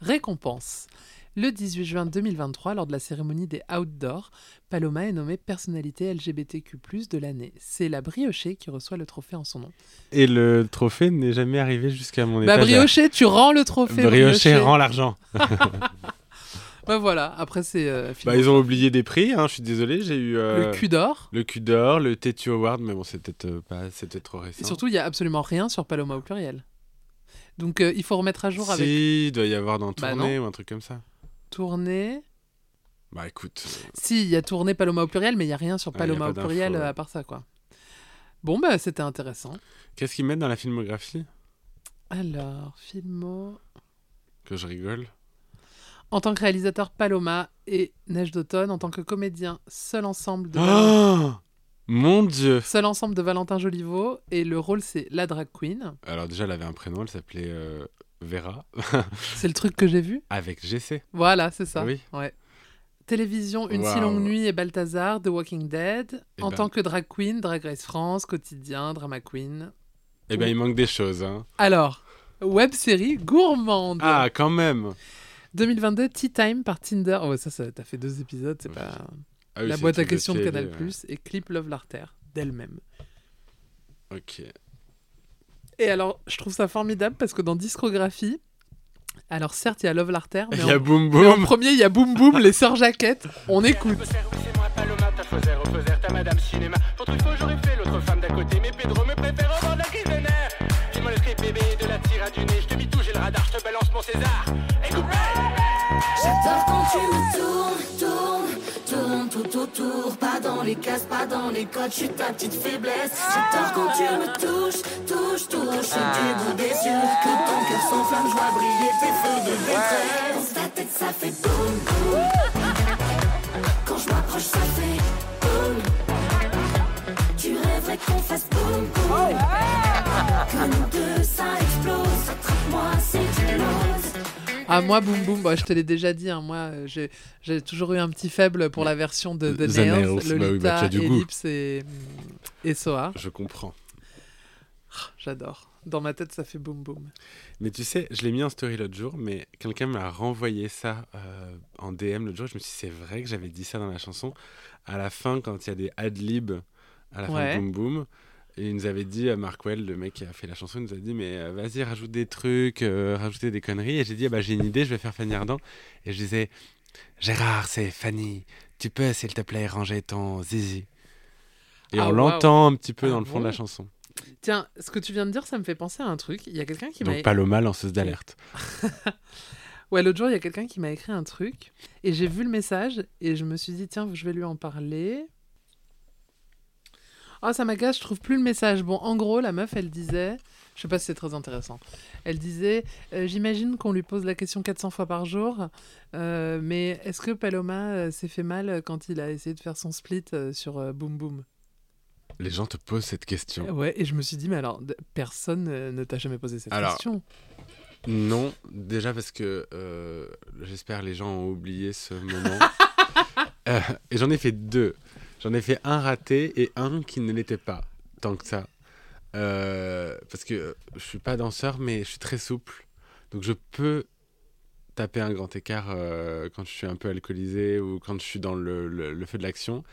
Récompense. Le 18 juin 2023, lors de la cérémonie des Outdoors, Paloma est nommée personnalité LGBTQ+ de l'année. C'est la briochée qui reçoit le trophée en son nom.
Et le trophée n'est jamais arrivé jusqu'à mon
Bah
étagère.
briochée, tu rends le trophée.
Brioché rend l'argent.
Bah voilà. Après c'est euh, fini.
Bah, ils ont oublié des prix, hein, je suis désolé. J'ai eu euh,
le cul d'or.
le cul d'or, le Tétu Award, mais bon, c'est peut-être euh, pas- c'est peut-être trop récent.
Et surtout, il n'y a absolument rien sur Paloma au pluriel. Donc, euh, il faut remettre à jour
si,
avec
il doit y avoir dans
Bah,
Tournée ou un truc comme ça.
tournée.
Bah écoute,
Si, il y a tournée Paloma au pluriel, mais il n'y a rien sur
Ah, il y a
Paloma
pas
au pluriel
d'infos,
euh,
ouais.
à part ça, quoi. Bon, bah, c'était intéressant.
qu'est-ce qu'ils mettent dans la filmographie
Alors, filmo.
Que je rigole.
En tant que réalisateur, Paloma et Neige d'automne. En tant que comédien, Seul ensemble de,
Oh
Valen-
Mon dieu
Seul ensemble de Valentin Joliveau. Et le rôle, c'est la drag queen.
Alors déjà, elle avait un prénom, elle s'appelait euh, Vera,
C'est le truc que j'ai vu.
avec GC.
Voilà, c'est ça.
Oui.
Ouais. Télévision, Une si
Waouh.
longue nuit et Balthazar, The Walking Dead.
Eh
en
ben.
tant que drag queen, Drag Race France, Quotidien, Drama Queen.
Eh bien,
Oui.
il manque des choses. hein.
Alors, web série gourmande.
Ah, quand même
2022, Tea Time par Tinder. Oh, ça, ça t'as fait deux épisodes, c'est
Oui.
pas.
Ah oui,
La
c'est
boîte à
le truc
questions de
télé,
Canal+,
ouais.
et Clip Love l'Artère, d'elle-même.
Ok.
Et alors, je trouve ça formidable parce que dans discographie, alors certes, il y a Love l'Artère, mais,
Il y a
en-
Boum
mais en
Boum
premier, il y a Boom Boom, les sœurs Jaquette. On écoute.
C'est moi Paloma, ta faiseur, refaiseur, ta madame cinéma. Ton truc faux, j'aurais fait l'autre femme d'à côté, mais Pedro me préfère au bord de la crise de nerfs. Dis-moi le script, bébé, de la tira du nez, je te tout, j'ai le radar, je te balance mon César. Et coupe
J'adore quand tu me tournes, tournes, tournes tout autour, pas dans les cases, pas dans les codes, je suis ta petite faiblesse. J'adore quand tu me touches, touches, touches, au dégoût des yeux, que ton cœur s'enflamme, je vois briller tes feux de détresse. Ta tête, ça fait boum boum. Quand je m'approche, ça fait boum. Tu rêverais qu'on fasse boum boum. Que nous deux, ça explose. Attrape-moi si tu l'oses.
Ah, moi, Boom Boom, bah, je te l'ai déjà dit, hein, moi, euh, j'ai j'ai toujours eu un petit faible pour la version de The,
The Nails,
Nails,
bah oui, bah,
Lolita,
qui a du goût.
Ellipse et, et Soa.
Je comprends.
J'adore. Dans ma tête, ça fait Boom Boom.
Mais tu sais, je l'ai mis en story l'autre jour, mais quelqu'un m'a renvoyé ça euh, en DM l'autre jour. Je me suis dit, c'est vrai que j'avais dit ça dans la chanson. À la fin, quand il y a des ad-libs, à la
Ouais.
fin de Boom Boom, et il nous avait dit, euh, Mark Well, le mec qui a fait la chanson, il nous a dit, mais euh, vas-y, rajoute des trucs, euh, rajoutez des conneries. Et j'ai dit, Ah bah, j'ai une idée, je vais faire Fanny Ardant. Et je disais, Gérard, c'est Fanny, tu peux, s'il te plaît, ranger ton zizi. Et
Ah,
on
waouh.
l'entend un petit peu
Ah
dans le fond de
bon
la chanson.
Tiens, ce que tu viens de dire, ça me fait penser à un truc. Il y a quelqu'un qui m'a
Donc Paloma, lanceuse d'alerte.
Ouais, l'autre jour, il y a quelqu'un qui m'a écrit un truc et j'ai vu le message et je me suis dit, tiens, je vais lui en parler. Ah, ça m'agace, je trouve plus le message. Bon, en gros, la meuf, elle disait, je sais pas si c'est très intéressant, elle disait, euh, j'imagine qu'on lui pose la question 400 fois par jour, euh, mais est-ce que Paloma euh, s'est fait mal quand il a essayé de faire son split euh, sur euh, Boom Boom
Les gens te posent cette question.
Ouais, et je me suis dit, mais alors, d- personne euh, ne t'a jamais posé cette
Alors,
question.
Non, déjà parce que euh, j'espère les gens ont oublié ce moment. Euh, et j'en ai fait deux. J'en ai fait un raté et un qui ne l'était pas, tant que ça. Euh, parce que euh, je suis pas danseur, mais je suis très souple. Donc je peux taper un grand écart euh, quand je suis un peu alcoolisé ou quand je suis dans le, le- le feu de l'action.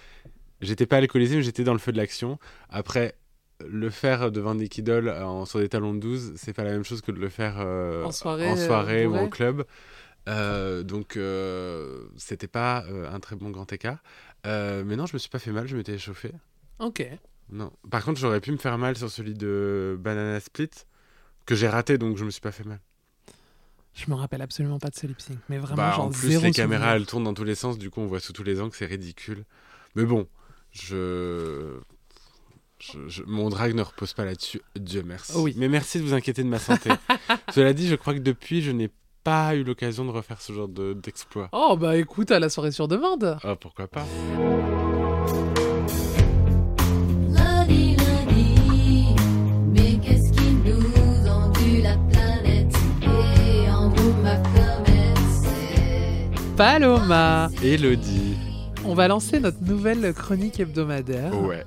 J'étais pas alcoolisé, mais j'étais dans le feu de l'action. Après, le faire devant des kiddols en sur des talons de 12, c'est pas la même chose que de le faire euh,
En soirée,
en soirée
euh,
ou en
bourré.
club. Euh, donc euh, c'était pas euh, un très bon grand écart. Euh, mais non, je me suis pas fait mal, je m'étais échauffé.
Ok.
Non. Par contre, j'aurais pu me faire mal sur celui de Banana Split que j'ai raté, donc je me suis pas fait mal.
Je me rappelle absolument pas de ce lip sync, mais vraiment
Bah,
genre
en plus, les
zéro souvenir.
caméras elles tournent dans tous les sens, du coup on voit sous tous les angles, c'est ridicule. Mais bon, je... je- je- mon drag ne repose pas là-dessus, Dieu merci.
Oh oui.
Mais merci de vous inquiéter de ma santé. Cela dit, je crois que depuis, je n'ai pas eu l'occasion de refaire ce genre de- d'exploit.
Oh bah écoute, à la soirée sur demande.
Ah, pourquoi pas
Lundi, lundi, mais qu'est-ce qui nous endue la planète et en vous ma comète
Paloma,
Elodie.
on va lancer notre nouvelle chronique hebdomadaire.
Ouais.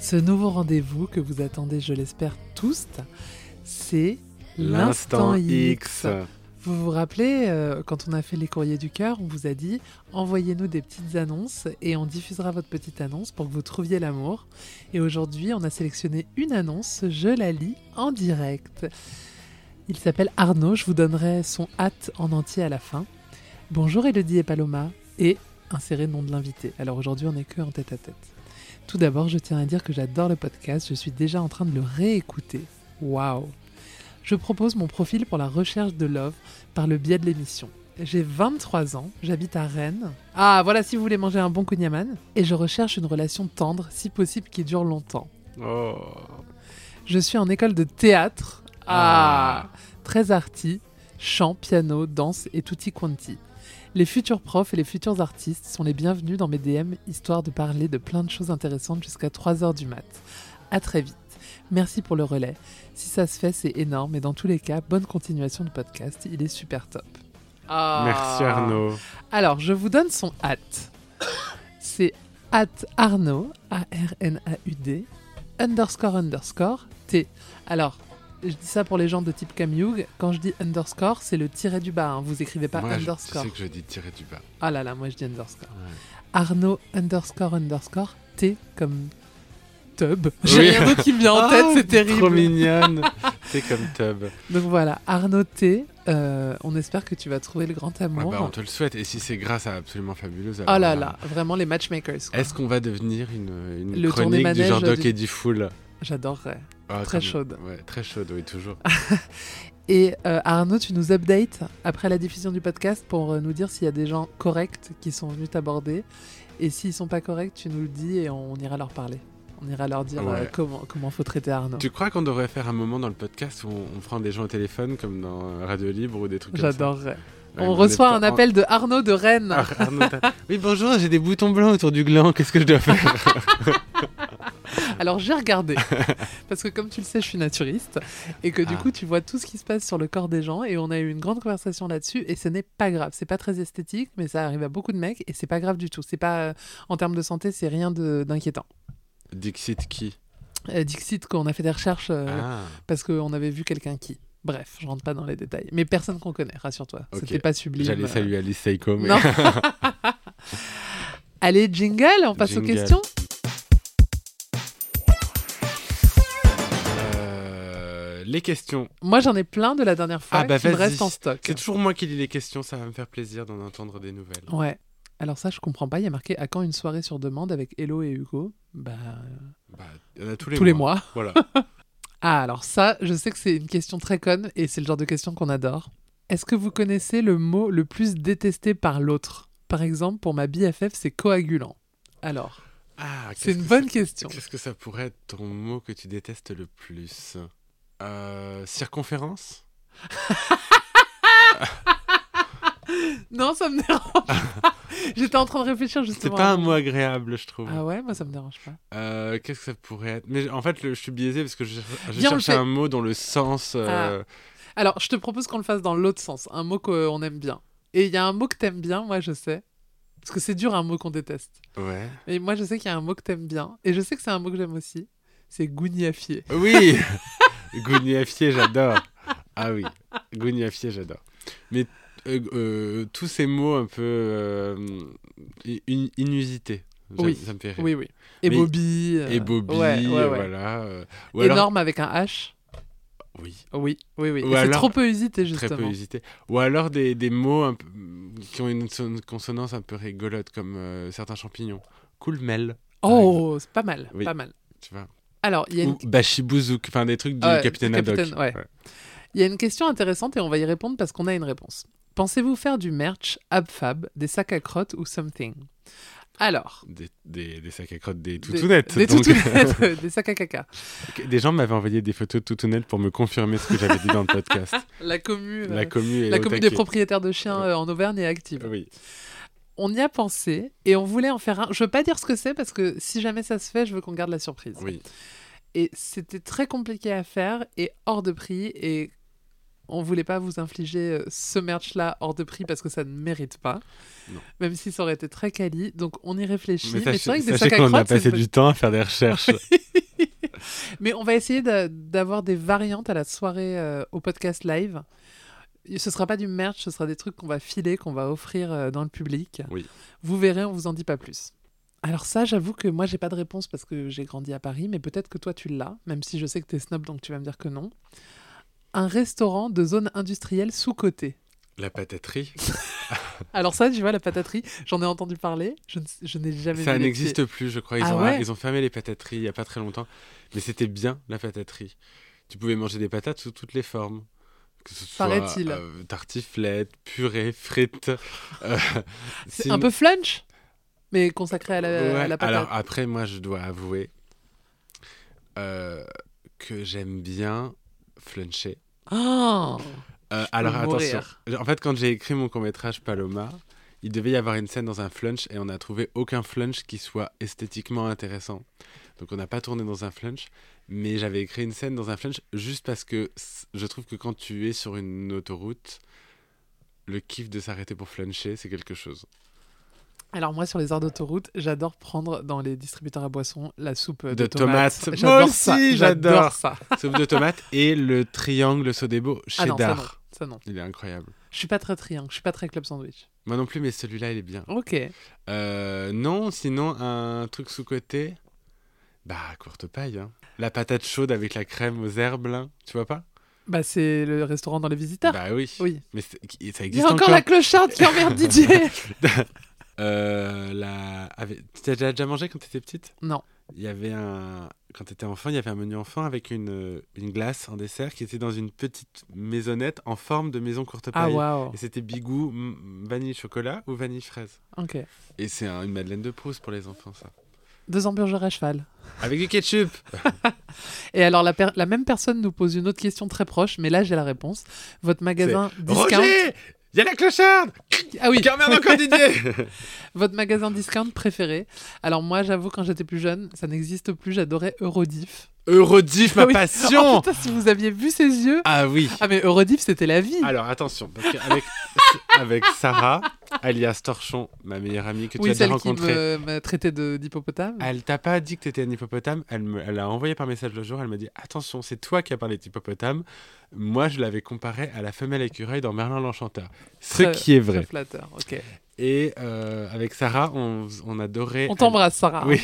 Ce nouveau rendez-vous que vous attendez, je l'espère tous, c'est
L'instant X.
Vous vous rappelez, euh, quand on a fait les courriers du cœur, on vous a dit envoyez-nous des petites annonces et on diffusera votre petite annonce pour que vous trouviez l'amour. Et aujourd'hui, on a sélectionné une annonce, je la lis en direct. Il s'appelle Arnaud, je vous donnerai son hâte en entier à la fin. Bonjour Elodie et Paloma, et insérez le nom de l'invité. Alors aujourd'hui, on n'est que en tête à tête. Tout d'abord, je tiens à dire que j'adore le podcast, je suis déjà en train de le réécouter. Waouh Je propose mon profil pour la recherche de love par le biais de l'émission. J'ai 23 ans, j'habite à Rennes. Ah, voilà si vous voulez manger un bon kunyaman. Et je recherche une relation tendre, si possible qui dure longtemps.
Oh.
Je suis en école de théâtre. Ah,
Ah.
Très arty, chant, piano, danse et tutti quanti. Les futurs profs et les futurs artistes sont les bienvenus dans mes DM, histoire de parler de plein de choses intéressantes jusqu'à 3h du mat. À très vite. Merci pour le relais. Si ça se fait, c'est énorme. Et dans tous les cas, bonne continuation de podcast. Il est super top. Ah.
Merci Arnaud.
Alors, je vous donne son hâte. C'est hâte Arnaud, A-R-N-A-U-D, underscore underscore T. Alors, je dis ça pour les gens de type Camioug. Quand je dis underscore, c'est le tiret du bas. hein. Vous écrivez pas
Moi, je-
underscore.
Tu sais que je dis tirer du bas.
Ah là là, moi je dis underscore.
Ouais.
Arnaud underscore underscore T comme tub.
Oui.
J'ai rien d'autre qui me vient en tête,
Oh,
c'est terrible.
Trop mignonne. T'es comme Tub. Ah,
Donc voilà, Arnaud T, euh, on espère que tu vas trouver le grand
Ah
amour.
bah, on te le souhaite. Et si c'est grâce à absolument fabuleuse.
oh
alors
là
là.
là, vraiment les matchmakers. quoi.
Est-ce qu'on va devenir une, une chronique
Le
du
tourné-manège
genre Doc
du-
et du Fool
J'adorerais.
Ah,
Très
comme-
chaude. Ah.
Ouais, très chaude, oui, toujours.
Et euh, Arnaud, tu nous updates après la diffusion du podcast pour euh, nous dire s'il y a des gens corrects qui sont venus t'aborder. Et s'ils sont pas corrects, tu nous le dis et on, ira leur parler. On ira leur dire
Ouais.
euh, comment comment faut traiter Arnaud.
Tu crois qu'on devrait faire un moment dans le podcast où on, on prend des gens au téléphone, comme dans euh, Radio Libre ou des trucs comme ça
J'adorerais.
Ouais, mais
on
est
reçoit
pas- Ah.
un appel de Arnaud de Rennes.
Ar- Arnaud, t'as- oui, bonjour, j'ai des boutons blancs autour du gland, qu'est-ce que je dois faire
Alors j'ai regardé, parce que comme tu le sais, je suis naturiste, et que du
Ah.
coup tu vois tout ce qui se passe sur le corps des gens, et on a eu une grande conversation là-dessus, et ce n'est pas grave, c'est pas très esthétique, mais ça arrive à beaucoup de mecs, et c'est pas grave du tout, c'est pas, euh, en termes de santé, c'est rien de- d'inquiétant.
Dixit qui
Euh, Dixit, qu'on a fait des recherches, euh,
Ah,
parce qu'on avait vu quelqu'un qui... Bref, je rentre pas dans les détails, mais personne qu'on connaît, rassure-toi,
Ok.
c'était pas sublime.
j'allais
euh.
saluer Alice Seiko, mais
Non. Allez, jingle, on passe
Jingle.
aux questions
Euh, les questions.
Moi j'en ai plein de la dernière fois
Ah bah,
qui me
vas-y.
restent en stock.
C'est toujours moi qui lis les questions, ça va me faire plaisir d'en entendre des nouvelles.
Ouais. Alors ça, je comprends pas. Il y a marqué à quand une soirée sur demande avec Hello et Hugo Bah
Bah, il y en a tous
tous,
les
les
mois.
mois.
Voilà.
Ah alors ça, je sais que c'est une question très conne et c'est le genre de question qu'on adore. Est-ce que vous connaissez le mot le plus détesté par l'autre Par exemple, pour ma BFF, c'est coagulant. Alors,
Ah,
c'est
qu'est-ce
une
que
bonne
ça-
question.
Qu'est-ce que ça pourrait être ton mot que tu détestes le plus Euh, Circonférence
Non, ça me dérange pas. J'étais en train de réfléchir
C'est
justement.
pas un mot agréable, je trouve.
Ah ouais, moi ça me dérange pas.
Euh, Qu'est-ce que ça pourrait être Mais en fait, le- je suis biaisé parce que je, je
Viens, on le
cherchais
fait.
un mot dans le sens. euh,
Alors, je te propose qu'on le fasse dans l'autre sens, un mot qu'on aime bien. Et il y a un mot que t'aimes bien, moi je sais. Parce que c'est dur un mot qu'on déteste.
Ouais.
Et moi, je sais qu'il y a un mot que t'aimes bien, et je sais que c'est un mot que j'aime aussi. C'est gougnafier.
Oui Gougnafier, j'adore. Ah oui, Gougnafier, j'adore. Mais euh, euh, tous ces mots un peu euh, in- inusités, ça,
Oui.
ça me fait rire.
Oui, oui. Et
Mais-
Bobby. euh,
Et Bobby,
ouais, ouais, ouais.
voilà. euh, ou alors-
Énorme avec un H.
Oui.
Oui, oui, oui.
Ou
Et C'est
alors-
trop peu usité, justement.
Très peu hésité. Ou alors des, des mots un peu- qui ont une son- consonance un peu rigolote, comme euh, certains champignons. Coolmel,
Oh, c'est pas mal,
Oui.
pas mal.
tu vois.
Alors, il y, a une...
Ou bachibouzouk, enfin des trucs du
Ouais,
capitaine
du
Haddock.
capitaine, ouais. il y a une question intéressante et on va y répondre parce qu'on a une réponse. Pensez-vous faire du merch, abfab, des sacs à crottes ou something Alors,
Des, des, des sacs à crottes, des
des-
toutounettes.
Des,
donc.
toutounettes, des sacs à caca.
des gens m'avaient envoyé des photos de toutounettes pour me confirmer ce que j'avais dit dans le podcast.
La commu, euh,
La commu est
la
au
commu
taquet.
des propriétaires de chiens euh, en Auvergne est active.
Oui.
on y a pensé et on voulait en faire un. Je veux pas dire ce que c'est parce que si jamais ça se fait, je veux qu'on garde la surprise.
oui.
Et c'était très compliqué à faire et hors de prix et on voulait pas vous infliger euh, ce merch-là hors de prix parce que ça ne mérite pas.
Non.
Même si ça aurait été très quali, donc on y réfléchit.
Mais
Mais c'est
sachez,
vrai que des
sachez
sacs à
qu'on a
crottes, c'est
passé
une
du temps à faire des recherches.
mais on va essayer d'a- d'avoir des variantes à la soirée euh, au podcast live. Ce sera pas du merch, ce sera des trucs qu'on va filer, qu'on va offrir euh, dans le public.
Oui.
Vous verrez, on vous en dit pas plus. Alors ça, j'avoue que moi j'ai pas de réponse parce que j'ai grandi à Paris, mais peut-être que toi tu l'as, même si je sais que t'es snob donc tu vas me dire que non. Un restaurant de zone industrielle sous-cotée.
La pataterie,
Alors ça, tu vois, la pataterie, j'en ai entendu parler, je ne- je n'ai jamais
ça
vu les
n'existe plus, je crois. Ils,
Ah
ont,
ouais
ils ont fermé les patateries il y a pas très longtemps. Mais c'était bien, la pataterie. Tu pouvais manger des patates sous toutes les formes. Que ce soit
Paraît-il.
euh, tartiflette, purée, frites. euh,
pieds. C'est
sin-
un peu flunch, mais consacré à la,
Ouais,
à Euh, la patate.
Alors après, moi, je dois avouer euh, que j'aime bien fluncher.
Oh
Euh,
peux
alors attention.
mourir.
En fait, quand j'ai écrit mon court métrage Paloma, il devait y avoir une scène dans un flunch et on n'a trouvé aucun flunch qui soit esthétiquement intéressant. Donc on n'a pas tourné dans un flunch, mais j'avais écrit une scène dans un flunch juste parce que s- je trouve que quand tu es sur une autoroute, le kiff de s'arrêter pour fluncher, c'est quelque chose.
Alors moi sur les heures d'autoroute, j'adore prendre dans les distributeurs à boissons la soupe Euh, de,
De
tomates.
tomates.
J'adore
Moi
ça.
aussi,
J'adore
j'adore.
ça.
Soupe de tomate et le triangle Sodebo
Ah non, ça non,
cheddar.
ça non.
Il est incroyable.
Je suis pas très triangle, je suis pas très club sandwich.
Moi non plus, mais celui-là, il est bien.
Ok.
Euh, non, sinon, un truc sous-côté. Bah, courte paille. hein. La patate chaude avec la crème aux herbes, là. Tu vois pas
Bah c'est le restaurant dans les visiteurs.
Bah oui.
oui.
Mais c'est- qui- ça
Il y
existe
a encore, la clocharde qui emmerde Didier.
Euh, la... avec- T'as déjà- déjà mangé quand t'étais petite
Non.
Il y avait un... Quand t'étais enfant, il y avait un menu enfant avec une, une glace en dessert qui était dans une petite maisonnette en forme de maison courte
Ah
paille.
waouh.
Et c'était bigou, mm, vanille chocolat ou vanille fraise.
Ok.
Et c'est un- une madeleine de Proust pour les enfants, ça.
Deux hamburgers à cheval.
Avec du ketchup
Et alors la, per- la même personne nous pose une autre question très proche, mais là j'ai la réponse. Votre magasin discount.
Roger Il y a la clocharde
ah oui.
Qui emmerde encore Didier
Votre magasin discount préféré Alors moi, j'avoue, quand j'étais plus jeune, ça n'existe plus. J'adorais Eurodiff.
Eurodiff, ma
Oui. Oh,
passion
putain, si vous aviez vu ses yeux
Ah oui
Ah mais Eurodiff, c'était la vie.
Alors attention, parce qu'avec avec Sarah, alias Torchon, ma meilleure amie que tu
oui,
as déjà Ah,
celle qui
rencontrée,
me- m'a traité de d'hippopotame.
elle t'a pas dit que t'étais un hippopotame, elle, me, elle a envoyé par message le jour, elle m'a dit attention, c'est toi qui as parlé d'hippopotame, moi je l'avais comparé à la femelle écureuil dans Merlin l'Enchanteur, ce
Très-
qui est
Très
vrai.
flatteur. Ok.
Et euh, avec Sarah, on, on adorait...
On t'embrasse, Sarah.
Oui.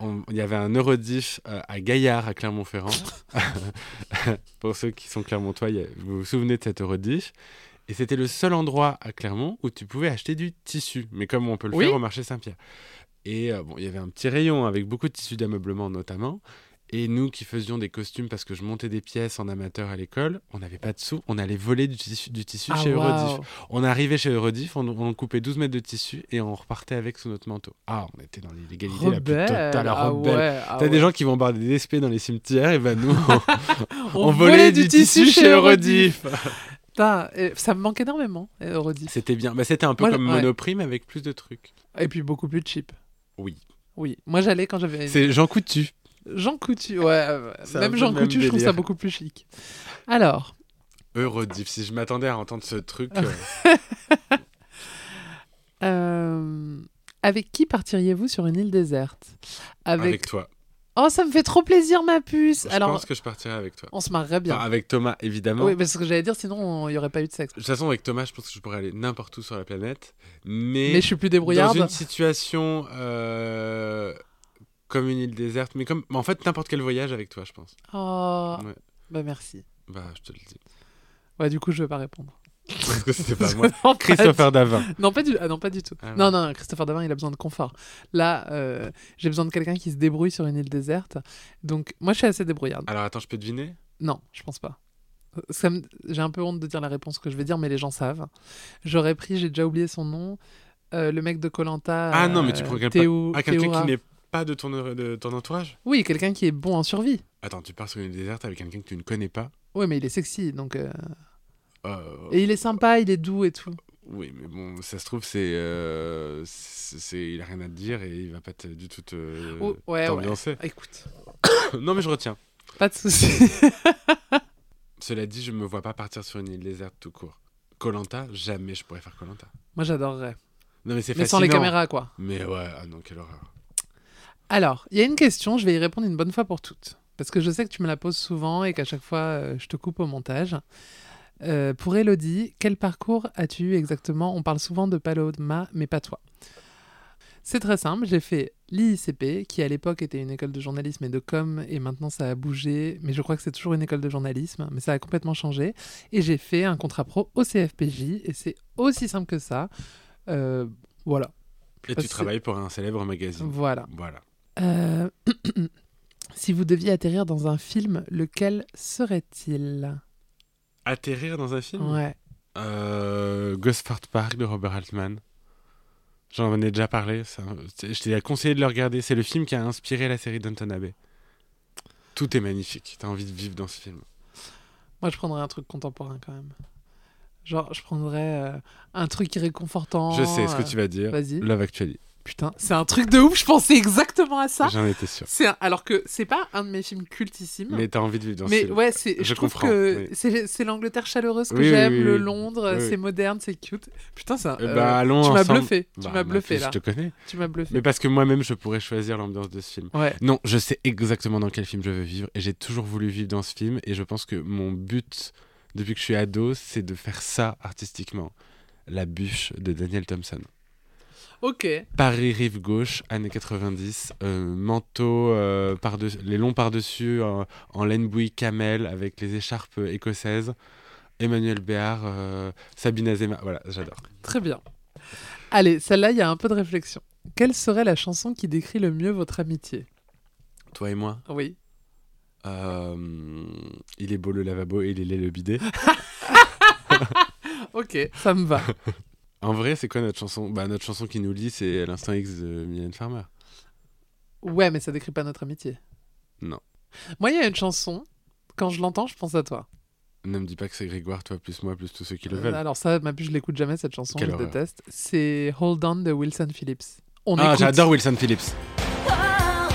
On- Il y avait un Eurodiff euh, à Gaillard, à Clermont-Ferrand. Pour ceux qui sont clermontois, il y a- vous vous souvenez de cet Eurodiff. Et c'était le seul endroit à Clermont où tu pouvais acheter du tissu, mais comme on peut le
Oui.
faire au marché Saint-Pierre. Et euh, bon, il y avait un petit rayon avec beaucoup de tissus d'ameublement notamment. Et nous qui faisions des costumes parce que je montais des pièces en amateur à l'école, on n'avait pas de sous, on allait voler du tissu, du tissu
Ah,
chez Eurodiff.
waouh.
On arrivait chez Eurodiff, on, on coupait 12 mètres de tissu et on repartait avec sous notre manteau. Ah, on était dans l'illégalité la plus
Rebelle.
totale,
Ah
rebelle.
ouais, ah
T'as des
ouais.
gens qui vont barder des SP dans les cimetières, et ben nous, on,
On,
on volait du tissu chez Eurodiff.
Putain, et ça me manque énormément, Eurodiff.
C'était bien. Bah, c'était un peu
Moi,
comme
ouais.
Monoprix, mais avec plus de trucs.
Et puis beaucoup plus cheap.
Oui.
Oui. Moi, j'allais quand j'avais.
C'est Jean Coutu.
Jean Coutu, ouais, euh,
C'est un
même
peu
Jean
le même
Coutu, je trouve ça
délire.
beaucoup plus chic. Alors,
Eurodiff, si je m'attendais à entendre ce truc. euh,
euh, avec qui partiriez-vous sur une île déserte avec...
avec toi.
Oh, ça me fait trop plaisir, ma puce
Je
Alors,
pense que je partirais avec toi.
on se marrerait bien.
Enfin, avec Thomas, évidemment.
oui, parce que j'allais dire, sinon, il n'y aurait pas eu de sexe.
De toute façon, avec Thomas, je pense que je pourrais aller n'importe où sur la planète.
Mais je suis plus
dans
débrouillarde.
une situation euh, comme une île déserte, mais comme mais en fait n'importe quel voyage avec toi, je pense.
Oh,
Ouais.
bah merci.
Bah, je te le dis.
Ouais, du coup, je vais pas répondre.
Parce que c'était pas
Parce
Bah, moi.
que non, pas
Christopher Davin.
du- Non, pas du, ah, non, pas du tout.
Ah,
non, non, non, Christopher Davin, il a besoin de confort. Là, euh, j'ai besoin de quelqu'un qui se débrouille sur une île déserte. Donc, moi, je suis assez débrouillarde.
Alors attends, je peux deviner
Non, je pense pas. Euh, ça me- J'ai un peu honte de dire la réponse que je vais dire, mais les gens savent. J'aurais pris, j'ai déjà oublié son nom, euh, le mec de Colanta.
Ah non, mais tu prends quelqu'un-
Théo,
Ah, quelqu'un
Théo Ra-
qui n'est pas de ton, de ton entourage
Oui, quelqu'un qui est bon en survie.
Attends, tu pars sur une île déserte avec quelqu'un que tu ne connais pas
Oui, mais il est sexy, donc. euh,
Euh,
Et il est sympa, il est doux et tout.
Oui, mais bon, ça se trouve, c'est, euh, c'est, c'est- il a rien à te dire et il va pas te- du tout te
Oh, ouais, ouais.
t'ambiancer.
Écoute,
non, mais je retiens.
pas de souci.
Cela dit, je me vois pas partir sur une île déserte tout court. Colanta, jamais je pourrais faire Colanta.
Moi, j'adorerais.
Non, mais c'est
Mais sans les
fascinant.
caméras, quoi.
Mais ouais, ah non, quelle horreur.
Alors, il y a une question, je vais y répondre une bonne fois pour toutes. Parce que je sais que tu me la poses souvent et qu'à chaque fois, euh, je te coupe au montage. Euh, pour Elodie, quel parcours as-tu eu exactement On parle souvent de Paloma, mais pas toi. C'est très simple, j'ai fait l'IICP, qui à l'époque était une école de journalisme et de com, et maintenant ça a bougé, mais je crois que c'est toujours une école de journalisme, mais ça a complètement changé. Et j'ai fait un contrat pro au CFPJ, et c'est aussi simple que ça. Euh, voilà.
Et
pas
tu
si-
travailles pour un célèbre magazine.
Voilà.
Voilà.
Euh, si vous deviez atterrir dans un film, lequel serait-il
Atterrir dans un film
Ouais.
euh, Gosford Park de Robert Altman. J'en ai déjà parlé. ça- c'est- Je t'ai conseillé de le regarder. C'est le film qui a inspiré la série Downton Abbey. Tout est magnifique. T'as envie de vivre dans ce film.
Moi, je prendrais un truc contemporain quand même. Genre, je prendrais euh, un truc réconfortant.
Je sais ce que tu vas dire.
Oh, Vas-y.
Love Actually.
Putain, c'est un truc de ouf, je pensais exactement à ça.
J'en étais sûr.
C'est un- Alors que c'est pas un de mes films cultissimes.
Mais t'as envie de vivre dans ce
Mais
film.
ouais, c'est, je,
Je
trouve
comprends,
que
oui.
c'est, c'est l'Angleterre chaleureuse que
Oui, oui,
j'aime,
oui,
le
oui.
Londres,
Oui, oui.
c'est moderne, c'est cute. Putain, ça.
Euh,
euh,
bah, allons
tu m'as
ensemble.
bluffé, tu
Bah, mais
m'as bluffé
puis,
là.
Je te connais.
Tu m'as bluffé.
Mais parce que moi-même, je pourrais choisir l'ambiance de ce film.
Ouais.
Non, je sais exactement dans quel film je veux vivre et j'ai toujours voulu vivre dans ce film et je pense que mon but depuis que je suis ado, c'est de faire ça artistiquement. La bûche de Daniel Thompson.
Ok.
Paris rive gauche, années 90, euh, manteau, euh, par-dessus- les longs par-dessus euh, en laine bouillie camel avec les écharpes euh, écossaises. Emmanuel Béard, euh, Sabine Azema, voilà, j'adore.
Très bien. Allez, celle-là, il y a un peu de réflexion. Quelle serait la chanson qui décrit le mieux votre amitié
Toi et moi,
Oui.
euh, il est beau le lavabo et il est laid le bidet.
Ah, Ok, ça me va.
En vrai, c'est quoi notre chanson Bah notre chanson qui nous lie, c'est l'instant X de Mylène Farmer.
Ouais, mais ça décrit pas notre amitié.
Non.
Moi, il y a une chanson, quand je l'entends, je pense à toi.
Ne me dis pas que c'est Grégoire, toi plus moi plus tous ceux qui le veulent.
Alors, ça, ma puce, je l'écoute jamais, cette chanson,
Quelle
je
horreur.
déteste. C'est Hold On de Wilson Phillips. On
ah,
écoute.
j'adore Wilson Phillips.
Wow.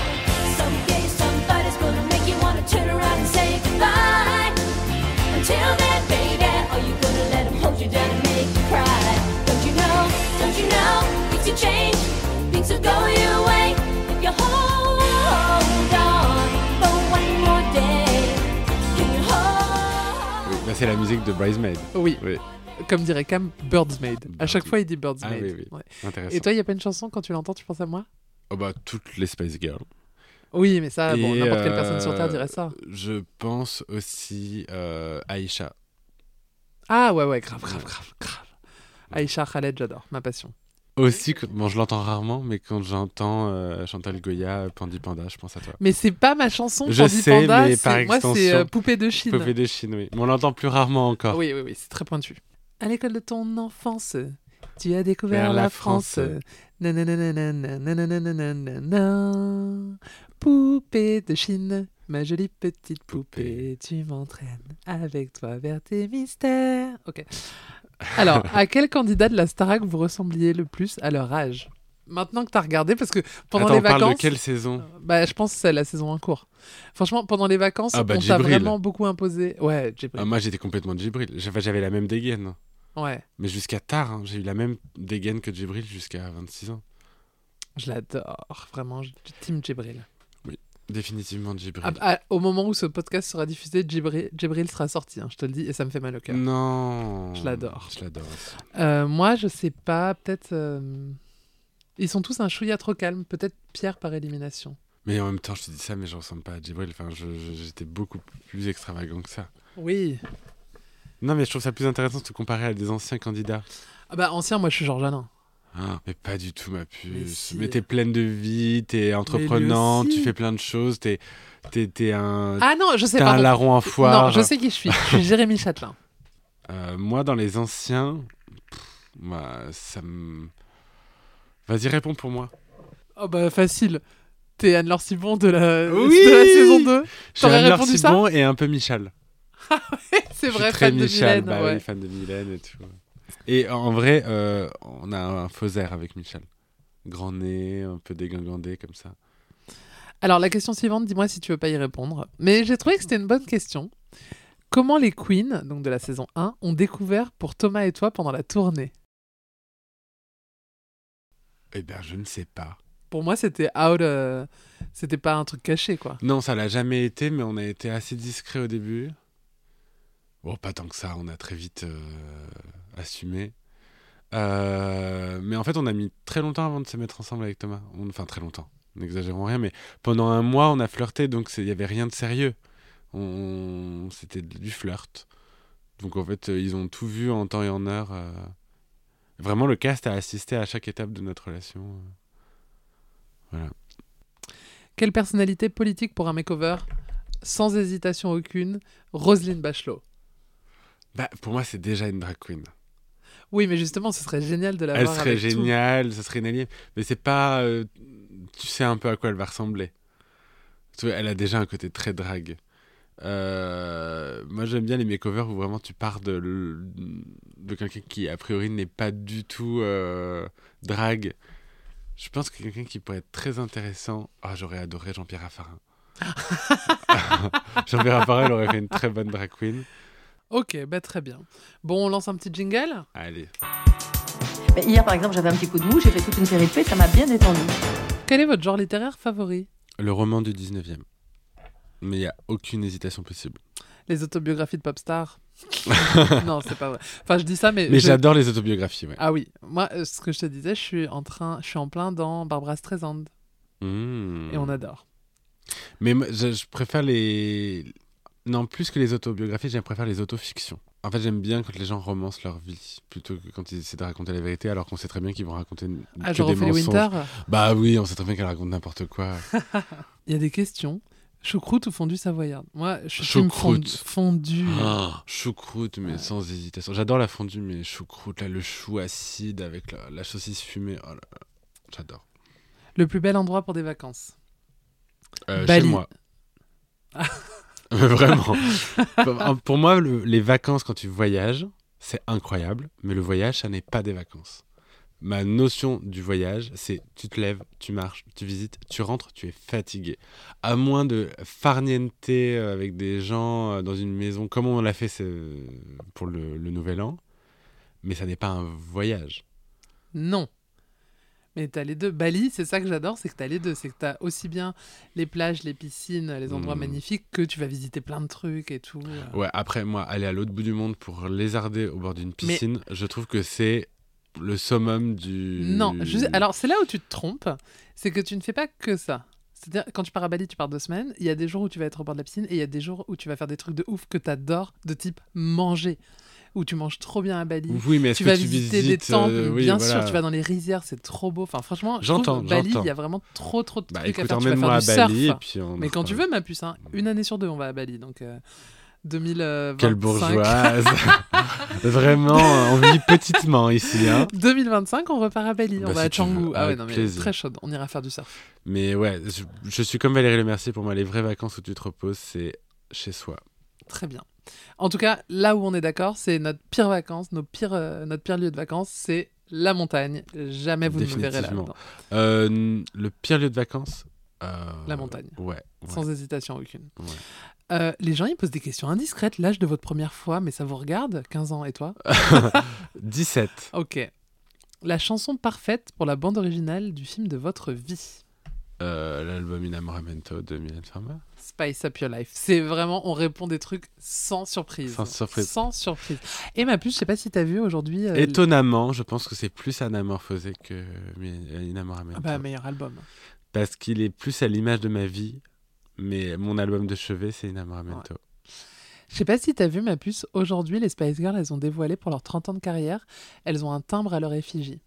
Someday somebody's gonna make you wanna turn around and say goodbye. Until then, baby, are you gonna let him hold you down and make you cry? Don't you know? Don't you know? Things will change, things will go your way if you hold on for one more day. Can you hold?
Oui, bah, c'est la musique de Bridesmaid.
Oui.
Oui,
Comme dirait Cam, Birds Made. À
Birds
chaque
Made.
fois, il dit Birds
Ah
Made.
oui, oui.
Ouais.
intéressant.
Et toi, il n'y a pas une chanson, quand tu l'entends, tu penses à moi
Oh bah toutes les Spice Girls.
Oui, mais ça, bon,
Et,
n'importe quelle
euh,
personne sur Terre dirait ça.
Je pense aussi euh, Aïcha.
Ah ouais, ouais, grave,
Mm.
grave, grave, grave. Aïcha Khaled, j'adore, ma passion.
Aussi, que- bon, je l'entends rarement, mais quand j'entends euh, Chantal Goya, Pandy Panda, je pense à toi.
Mais c'est pas ma chanson,
Je
Candy
sais,
Panda,
mais
c'est-
par
moi c'est
extension,
euh, Poupée de Chine.
Pauvre de Chine, oui. Mais on l'entend plus rarement encore.
Oui, oui, oui, c'est très pointu. À l'école de ton enfance, tu as découvert
Vers
la
la
France.
France.
Nanananana, nanananana. Poupée de Chine, ma jolie petite poupée,
Poupée.
tu m'entraînes avec toi vers tes mystères. Ok. Alors, à quel candidat de la Starac vous ressembliez le plus à leur âge Maintenant que t'as regardé, parce que pendant
Attends,
les
on parle
vacances.
de quelle saison
Bah, je pense que c'est la saison en cours. Franchement, pendant les vacances,
Ah bah,
on t'a
Djibril.
vraiment beaucoup imposé. Ouais, Djibril.
Ah, Moi, j'étais complètement Djibril. J'avais j'avais la même dégaine. hein.
Ouais,
Mais jusqu'à tard, hein. j'ai eu la même dégaine que Djibril jusqu'à 26 ans.
je l'adore. Vraiment, je- Team Djibril.
Définitivement Djibril.
Ah, ah, au moment où ce podcast sera diffusé, Djibril, Djibril sera sorti, hein, je te le dis, et ça me fait mal au
Mm.
cœur.
Non.
Je l'adore.
Je l'adore aussi.
Euh, moi, je sais pas, peut-être. euh, Ils sont tous un chouïa trop calme, peut-être Pierre par élimination.
Mais en même temps, je te dis ça, mais je ressemble pas à Djibril. Enfin, je- je- j'étais beaucoup plus extravagant que ça.
Oui.
Non, mais je trouve ça plus intéressant de te comparer à des anciens candidats.
Ah bah, ancien, moi je suis Georges Alain.
Ah, mais pas du tout, ma puce. Mais,
si.
t'es pleine de vie, t'es entreprenante,
aussi.
tu fais plein de choses, t'es t'es- t'es un,
Ah non, je sais
t'es
pas.
un larron en foire.
Non, je sais qui je suis. Je suis Jérémy Châtelain.
Euh, moi, dans les anciens, pff, bah, ça me. Vas-y, réponds pour moi.
Oh bah, facile. T'es Anne-Laure Simon de la,
Oui
de la saison 2.
Je suis
T'aurais
Anne-Laure
répondu ça
Simon et un peu Michal. Je
C'est vrai,
suis très
fan
Michal,
de Mylène.
bah oui,
ouais.
fan de Mylène et tout. Et en vrai, euh, on a un faux air avec Michal. Grand nez, un peu dégingandé comme ça.
Alors la question suivante, dis-moi si tu veux pas y répondre. Mais j'ai trouvé que c'était une bonne question. Comment les Queens, donc de la saison 1, ont découvert pour Thomas et toi pendant la tournée
Eh bien, je ne sais pas.
Pour moi, c'était out. euh, C'était pas un truc caché, quoi.
Non, ça l'a jamais été, mais on a été assez discret au début. Bon, pas tant que ça, on a très vite euh, assumé. Euh, mais en fait, on a mis très longtemps avant de se mettre ensemble avec Thomas. On- Enfin, très longtemps, n'exagérons rien, mais pendant un mois, on a flirté, donc c'est- il n'y avait rien de sérieux. On... C'était du flirt. Donc en fait, euh, ils ont tout vu en temps et en heure. euh. Vraiment, le cast a assisté à chaque étape de notre relation.
Quelle personnalité politique pour un makeover Sans hésitation aucune, Roselyne Bachelot.
Bah, pour moi, c'est déjà une drag queen.
Oui, mais justement, ce serait génial de la
Elle
voir
serait
avec tout.
géniale, ça serait une alliée. Mais c'est pas. euh, tu sais un peu à quoi elle va ressembler. Tu vois, Elle a déjà un côté très drague. Euh, moi, j'aime bien les makeovers où vraiment tu pars de, l- de quelqu'un qui, a priori, n'est pas du tout euh, drague. Je pense que quelqu'un qui pourrait être très intéressant. Ah, j'aurais adoré Jean-Pierre Raffarin. Jean-Pierre Raffarin, il aurait fait une très bonne drag queen.
Ok, bah très bien. Bon, on lance un petit jingle
Allez.
Mais hier, par exemple, j'avais un petit coup de mou, j'ai fait toute une série de faits, ça m'a bien détendu.
Quel est votre genre littéraire favori
Le roman du 19e. Mais il n'y a aucune hésitation possible.
Les autobiographies de popstars Non, c'est pas vrai. Enfin, je dis ça, mais...
Mais
je-
j'adore les autobiographies, ouais.
Ah oui, moi, euh, ce que je te disais, je suis en train, je suis en plein dans Barbara Streisand
Mmh.
Ah. et on adore.
Mais moi, je, je préfère les. Non, plus que les autobiographies, j'aime préfère les autofictions. En fait, j'aime bien quand les gens romancent leur vie plutôt que quand ils essaient de raconter la vérité, alors qu'on sait très bien qu'ils vont raconter n-
Ah,
que
genre
des
Ophélie
mensonges.
Winter,
Bah oui, on sait très bien qu'elle raconte n'importe quoi.
il y a des questions. Choucroute ou fondue savoyarde Moi, je suis
Choucroute.
fondue.
Ah, choucroute, mais sans hésitation. J'adore la fondue, mais choucroute, là, le chou acide avec la, la saucisse fumée. Oh là là, J'adore.
Le plus bel endroit pour des vacances.
Euh, chez
Bali.
moi. Mais Vraiment. pour, pour moi, le- les vacances, quand tu voyages, c'est incroyable, mais le voyage, ça n'est pas des vacances. Ma notion du voyage, c'est tu te lèves, tu marches, tu visites, tu rentres, tu es fatigué. À moins de farniente euh, avec des gens euh, dans une maison, comme on l'a fait ce- pour le, le Nouvel An, mais ça n'est pas un voyage.
Non. Mais t'as les deux. Bali, c'est ça que j'adore, c'est que t'as les deux. C'est que t'as aussi bien les plages, les piscines, les endroits
Mm.
magnifiques que tu vas visiter plein de trucs et tout. euh.
Ouais, après, moi, aller à l'autre bout du monde pour lézarder au bord d'une piscine, je trouve que c'est le summum du.
Non, je sais- alors c'est là où tu te trompes, c'est que tu ne fais pas que ça. C'est-à-dire, quand tu pars à Bali, tu pars deux semaines, il y a des jours où tu vas être au bord de la piscine et il y a des jours où tu vas faire des trucs de ouf que t'adores, de type manger, où tu manges trop bien à Bali.
Oui, mais est-ce
Tu
que
vas
tu
visiter des
visites,
temples,
euh, oui,
bien
voilà.
sûr, tu vas dans les rizières, c'est trop beau. Enfin, franchement, je
J'entends,
trouve Bali,
j'entends.
il y a vraiment trop, trop de
Bah
trucs
écoute,
à faire. Tu vas faire
emmène-moi à
du
Bali et
surf.
puis on en
Mais quand tu
reparle.
veux, ma puce, hein. une année sur deux, on va à Bali. Donc, euh, 2025.
Quelle bourgeoise Vraiment, on vit petitement ici. Hein.
2025, on repart à Bali.
Bah,
on va
si
à
tu veux,
Canggu. Ah ouais,
avec
non, mais
plaisir.
très chaude. On ira faire du surf.
Mais ouais, je, je suis comme Valérie Le Mercier. Pour moi, les vraies vacances où tu te reposes, c'est chez soi.
Très bien. En tout cas, là où on est d'accord, c'est notre pire vacances, nos pires, euh, notre pire lieu de vacances, c'est la montagne. Jamais vous ne me verrez là.
Définitivement. Euh, n- le pire lieu de vacances euh,
La montagne.
Ouais. ouais.
Sans hésitation aucune.
Ouais.
Euh, les gens, ils posent des questions indiscrètes. L'âge de votre première fois, mais ça vous regarde 15 ans, et toi
17.
Ok. La chanson parfaite pour la bande originale du film de votre vie
Euh, L'album Inamoramento de Mylène Farmer.
Spice Up Your Life. C'est vraiment, on répond des trucs sans surprise.
Sans surprise.
Sans surprise. Et ma puce, je sais pas si t'as vu aujourd'hui. euh,
Étonnamment, je pense que c'est plus anamorphosé que My-
Ah
Inamoramento.
bah, meilleur album.
Parce qu'il est plus à l'image de ma vie. Mais mon album de chevet, c'est Inamoramento.
Je sais pas si t'as vu ma puce, aujourd'hui les Spice Girls, elles ont dévoilé pour leurs 30 ans de carrière, elles ont un timbre à leur effigie.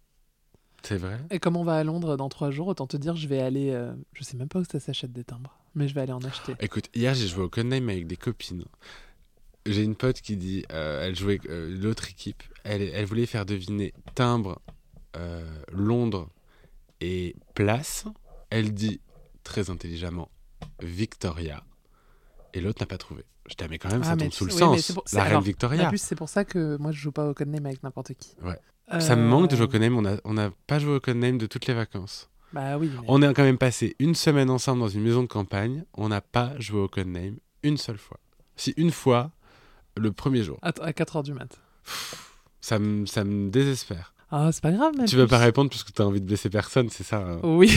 C'est vrai
Et comme on va à Londres dans trois jours, autant te dire, je vais aller, euh, je sais même pas où ça s'achète des timbres, mais je vais aller en acheter.
Écoute, hier j'ai joué au Codename avec des copines. J'ai une pote qui dit, euh, elle jouait euh, l'autre équipe, elle, elle voulait faire deviner timbre, euh, Londres et place. Elle dit très intelligemment Victoria et l'autre n'a pas trouvé. Je t'aimais quand même,
Ah,
ça
mais
tombe
tu-
sous le
oui, mais
sens.
c'est pour- c'est-
La reine
alors, Ma
Victoria.
puce, c'est pour ça que moi je joue pas au Codename avec n'importe qui.
Ouais. Ça me
Euh,
manque de jouer au Codename, on n'a on n'a pas joué au Codename de toutes les vacances.
Bah oui. mais-
On est quand même passé une semaine ensemble dans une maison de campagne. On n'a pas joué au Codename une seule fois. Si une fois, le premier jour.
Attends, à 4h du mat.
Ça me, ça me désespère.
Ah, Oh. c'est pas grave, ma
tu veux
puce.
pas répondre parce que t'as envie de blesser personne, c'est ça. hein.
Oui.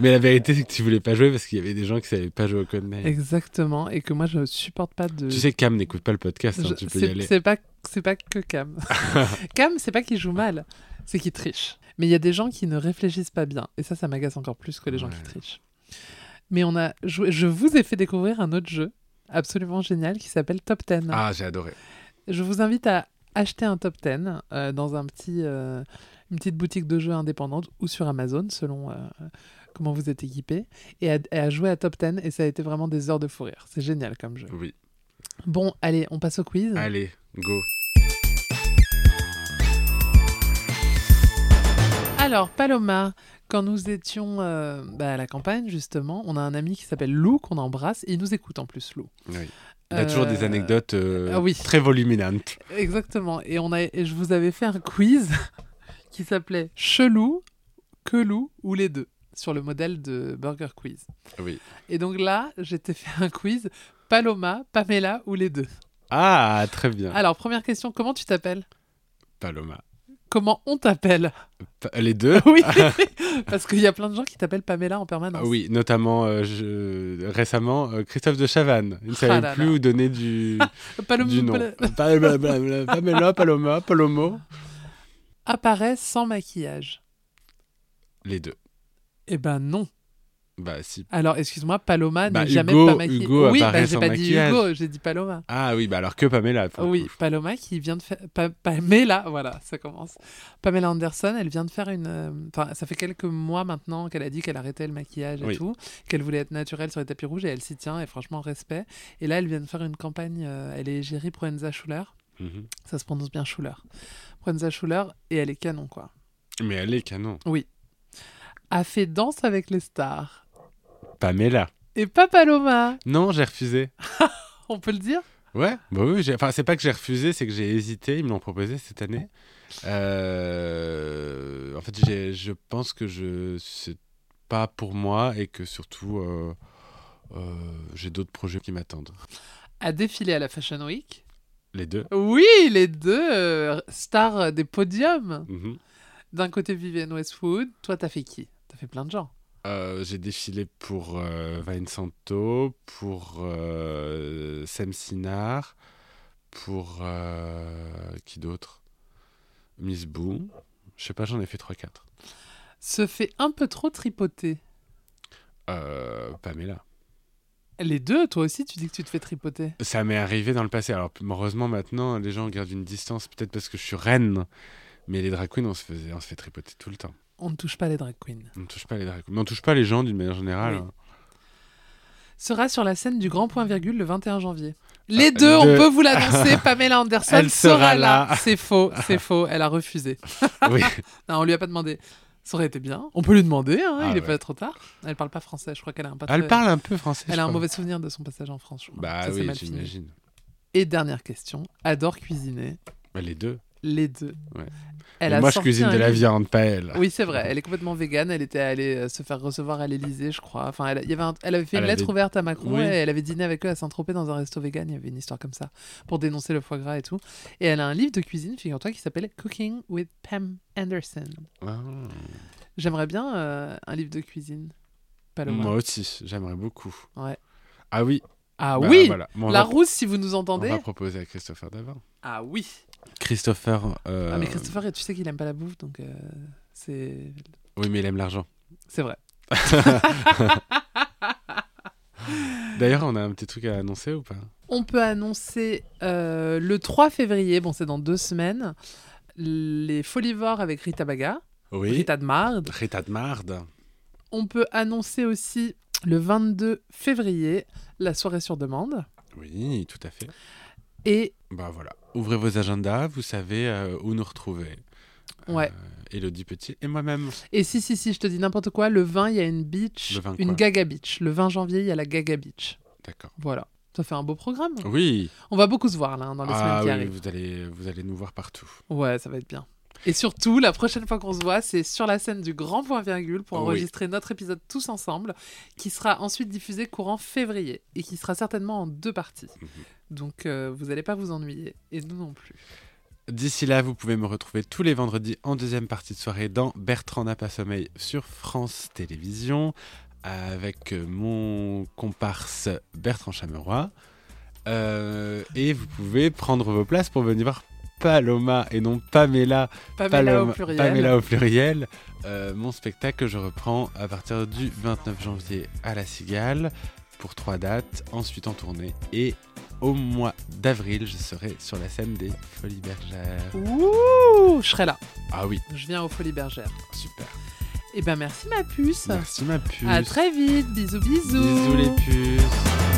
Mais la vérité, c'est que tu voulais pas jouer parce qu'il y avait des gens qui savaient pas jouer au Codename.
Exactement, et que moi je supporte pas de.
Tu sais, Cam n'écoute pas le podcast, hein,
Je-
tu peux y
c'est-
aller.
C'est pas, c'est pas que Cam. Cam, c'est pas qu'il joue mal, c'est qu'il triche. Mais il y a des gens qui ne réfléchissent pas bien, et ça, ça m'agace encore plus que les gens qui
Ouais.
trichent. Mais on a, joué- je vous ai fait découvrir un autre jeu absolument génial qui s'appelle Top 10.
Ah, j'ai adoré.
Je vous invite à acheter un top 10 euh, dans un petit, euh, une petite boutique de jeux indépendante ou sur Amazon, selon euh, comment vous êtes équipé, et à, et à jouer à top 10. Et ça a été vraiment des heures de fou rire. C'est génial comme jeu.
Oui.
Bon, allez, on passe au quiz.
Allez, go.
Alors, Paloma, Quand nous étions euh, bah, à la campagne, justement, on a un ami qui s'appelle Lou, qu'on embrasse, et il nous écoute en plus, Lou.
Oui. Il a toujours des
Euh,
anecdotes euh,
ah oui.
très voluminantes.
Exactement. Et, on a, et je vous avais fait un quiz qui s'appelait Chelou, que loup ou les deux, sur le modèle de Burger Quiz.
Oui.
Et donc là, j'étais fait un quiz Paloma, Pamela ou les deux.
Ah, très bien.
Alors, première question, comment tu t'appelles
Paloma.
Comment on t'appelle
Pa- les deux
Oui, parce qu'il y a plein de gens qui t'appellent Pamela en permanence.
Ah Oui, notamment euh, je- récemment euh, Christophe de Chavannes. Il ne
Ah
savait
là
plus
là. Ah,
où donner du,
Paloma,
du nom.
Pamela-
Pa- bla- bla- bla- Pamela, Paloma, Palomo.
Apparaît sans maquillage.
Les deux.
Eh ben non.
Bah, si.
Alors, excuse-moi, Paloma
Bah,
n'est jamais
Hugo-
pas maquillée.
Hugo
oui, bah,
apparaît
j'ai
sans
pas
maquillage.
dit Hugo, j'ai dit Paloma.
Ah oui, bah alors que Pamela. pour le
oui,
coup.
Paloma qui vient de faire. Pa- Pamela, voilà, ça commence. Pamela Anderson, elle vient de faire une. euh, Enfin, ça fait quelques mois maintenant qu'elle a dit qu'elle arrêtait le maquillage et
Oui.
tout, qu'elle voulait être naturelle sur les tapis rouges et elle s'y tient, et franchement, respect. Et là, elle vient de faire une campagne. euh, elle est gérée Proenza Schuller.
Mhm.
Ça se prononce bien Schuller. Proenza Schuller, et elle est canon, quoi.
Mais elle est canon.
A fait danse avec les stars.
Pamela.
Et pas Paloma,
Non, j'ai refusé.
on peut le dire
Ouais, bah oui, j'ai- enfin c'est pas que j'ai refusé, c'est que j'ai hésité, ils me l'ont proposé cette année. Euh, En fait, j'ai- je pense que je c'est pas pour moi et que surtout euh, euh, j'ai d'autres projets qui m'attendent.
A défilé à la Fashion Week.
Les deux.
Oui, les deux euh, stars des podiums.
Mhm.
D'un côté Vivienne Westwood, toi t'as fait qui T'as fait plein de gens.
Euh, j'ai défilé pour euh, Vine Santo, pour euh, Sam Sinar, pour euh, qui d'autre Miss Boo. Je sais pas, j'en ai fait 3-4.
Se fait un peu trop tripoter.
Euh, Pamela.
Les deux, toi aussi tu dis que tu te fais tripoter.
Ça m'est arrivé dans le passé. Alors, heureusement, maintenant, les gens gardent une distance, peut-être parce que je suis reine. Mais les drag queens, on se, faisait, on se fait tripoter tout le temps.
On ne touche pas les drag queens.
On ne touche pas les drag queens. Mais on touche pas les gens d'une manière générale.
Oui.
hein.
Sera sur la scène du Grand Point Virgule le 21 janvier. Les deux,
de-
on peut vous l'annoncer, Pamela Anderson
Ah, Elle sera là.
C'est faux, c'est faux, elle a refusé.
Oui.
Non, on lui a pas demandé. Ça aurait été bien. On peut lui demander, hein,
Ah
il est
ouais.
pas trop tard. Elle parle pas français, je crois qu'elle a un pas
Elle
très-
parle un peu français.
Elle
je
a un
crois.
mauvais souvenir de son passage en France. je crois.
Bah
Ça, c'est
oui,
mal fini.
j'imagine.
Et dernière question. Adore cuisiner.
Bah, les deux.
Les deux.
Ouais.
Elle
Mais
a
moi, je
sorti
cuisine
un
de la
livre.
viande, pas elle.
Oui, c'est vrai. Elle est complètement végane. Elle était allée euh, se faire recevoir à l'Elysée, je crois. Enfin, elle, il y avait un- elle avait fait
Elle
une lettre
avait-
ouverte à Macron
Oui.
et elle avait dîné avec eux à Saint-Tropez dans un resto vegan. Il y avait une histoire comme ça pour dénoncer le foie gras et tout. Et elle a un livre de cuisine, figure-toi, qui s'appelle Cooking with Pam Anderson.
Ah.
J'aimerais bien euh, un livre de cuisine. Paloma.
Moi aussi, j'aimerais beaucoup.
Ouais.
Ah oui.
Ah
bah,
oui
voilà. Bon, on,
La
va,
rousse, si vous nous
on
entendez.
va proposer à Christopher d'abord.
Ah oui
Christopher. euh,
Ah, mais Christopher, tu sais qu'il aime pas la bouffe, donc euh, c'est
Oui, mais il aime l'argent.
c'est vrai.
D'ailleurs, on a un petit truc à annoncer ou pas
On peut annoncer euh, le 3 février, bon c'est dans deux semaines, les Folivores avec Rita Baga,
Oui.
Rita de Marde.
Rita de Marde.
On peut annoncer aussi le 22 février la soirée sur demande.
Oui, tout à fait.
Et
Bah voilà, ouvrez vos agendas, vous savez euh, où nous retrouver. Euh,
Ouais.
Elodie Petit et moi-même.
Et si, si, si, je te dis n'importe quoi, le 20, il y a une beach,
Le 20 quoi
une Gaga Beach. Le 20 janvier, il y a la Gaga Beach.
D'accord.
Voilà. Ça fait un beau programme.
Oui.
On va beaucoup se voir là hein, dans les semaines
Oh. Ah
qui
oui,
arrivent.
vous allez, vous allez nous voir partout.
Ouais, ça va être bien. Et surtout, la prochaine fois qu'on se voit, c'est sur la scène du Grand Point Virgule pour
Oui.
enregistrer notre épisode tous ensemble, qui sera ensuite diffusé courant février et qui sera certainement en deux parties.
Mhm.
Donc, euh, vous n'allez pas vous ennuyer et nous non plus.
D'ici là, vous pouvez me retrouver tous les vendredis en deuxième partie de soirée dans Bertrand n'a pas sommeil sur France Télévisions avec euh, mon comparse Bertrand Chameroy. Euh, et vous pouvez prendre vos places pour venir voir Paloma et non Pamela
Pamela
Paloma-
au pluriel.
Pamela au pluriel. Euh, mon spectacle que je reprends à partir du 29 janvier à La Cigale pour trois dates, ensuite en tournée. Et au mois d'avril, je serai sur la scène des Folies Bergères.
Ouh, je serai là.
Ah oui,
Je viens aux Folies Bergères.
super.
Eh ben, merci ma puce.
Merci ma puce.
À très vite. Bisous, bisous.
Bisous les puces.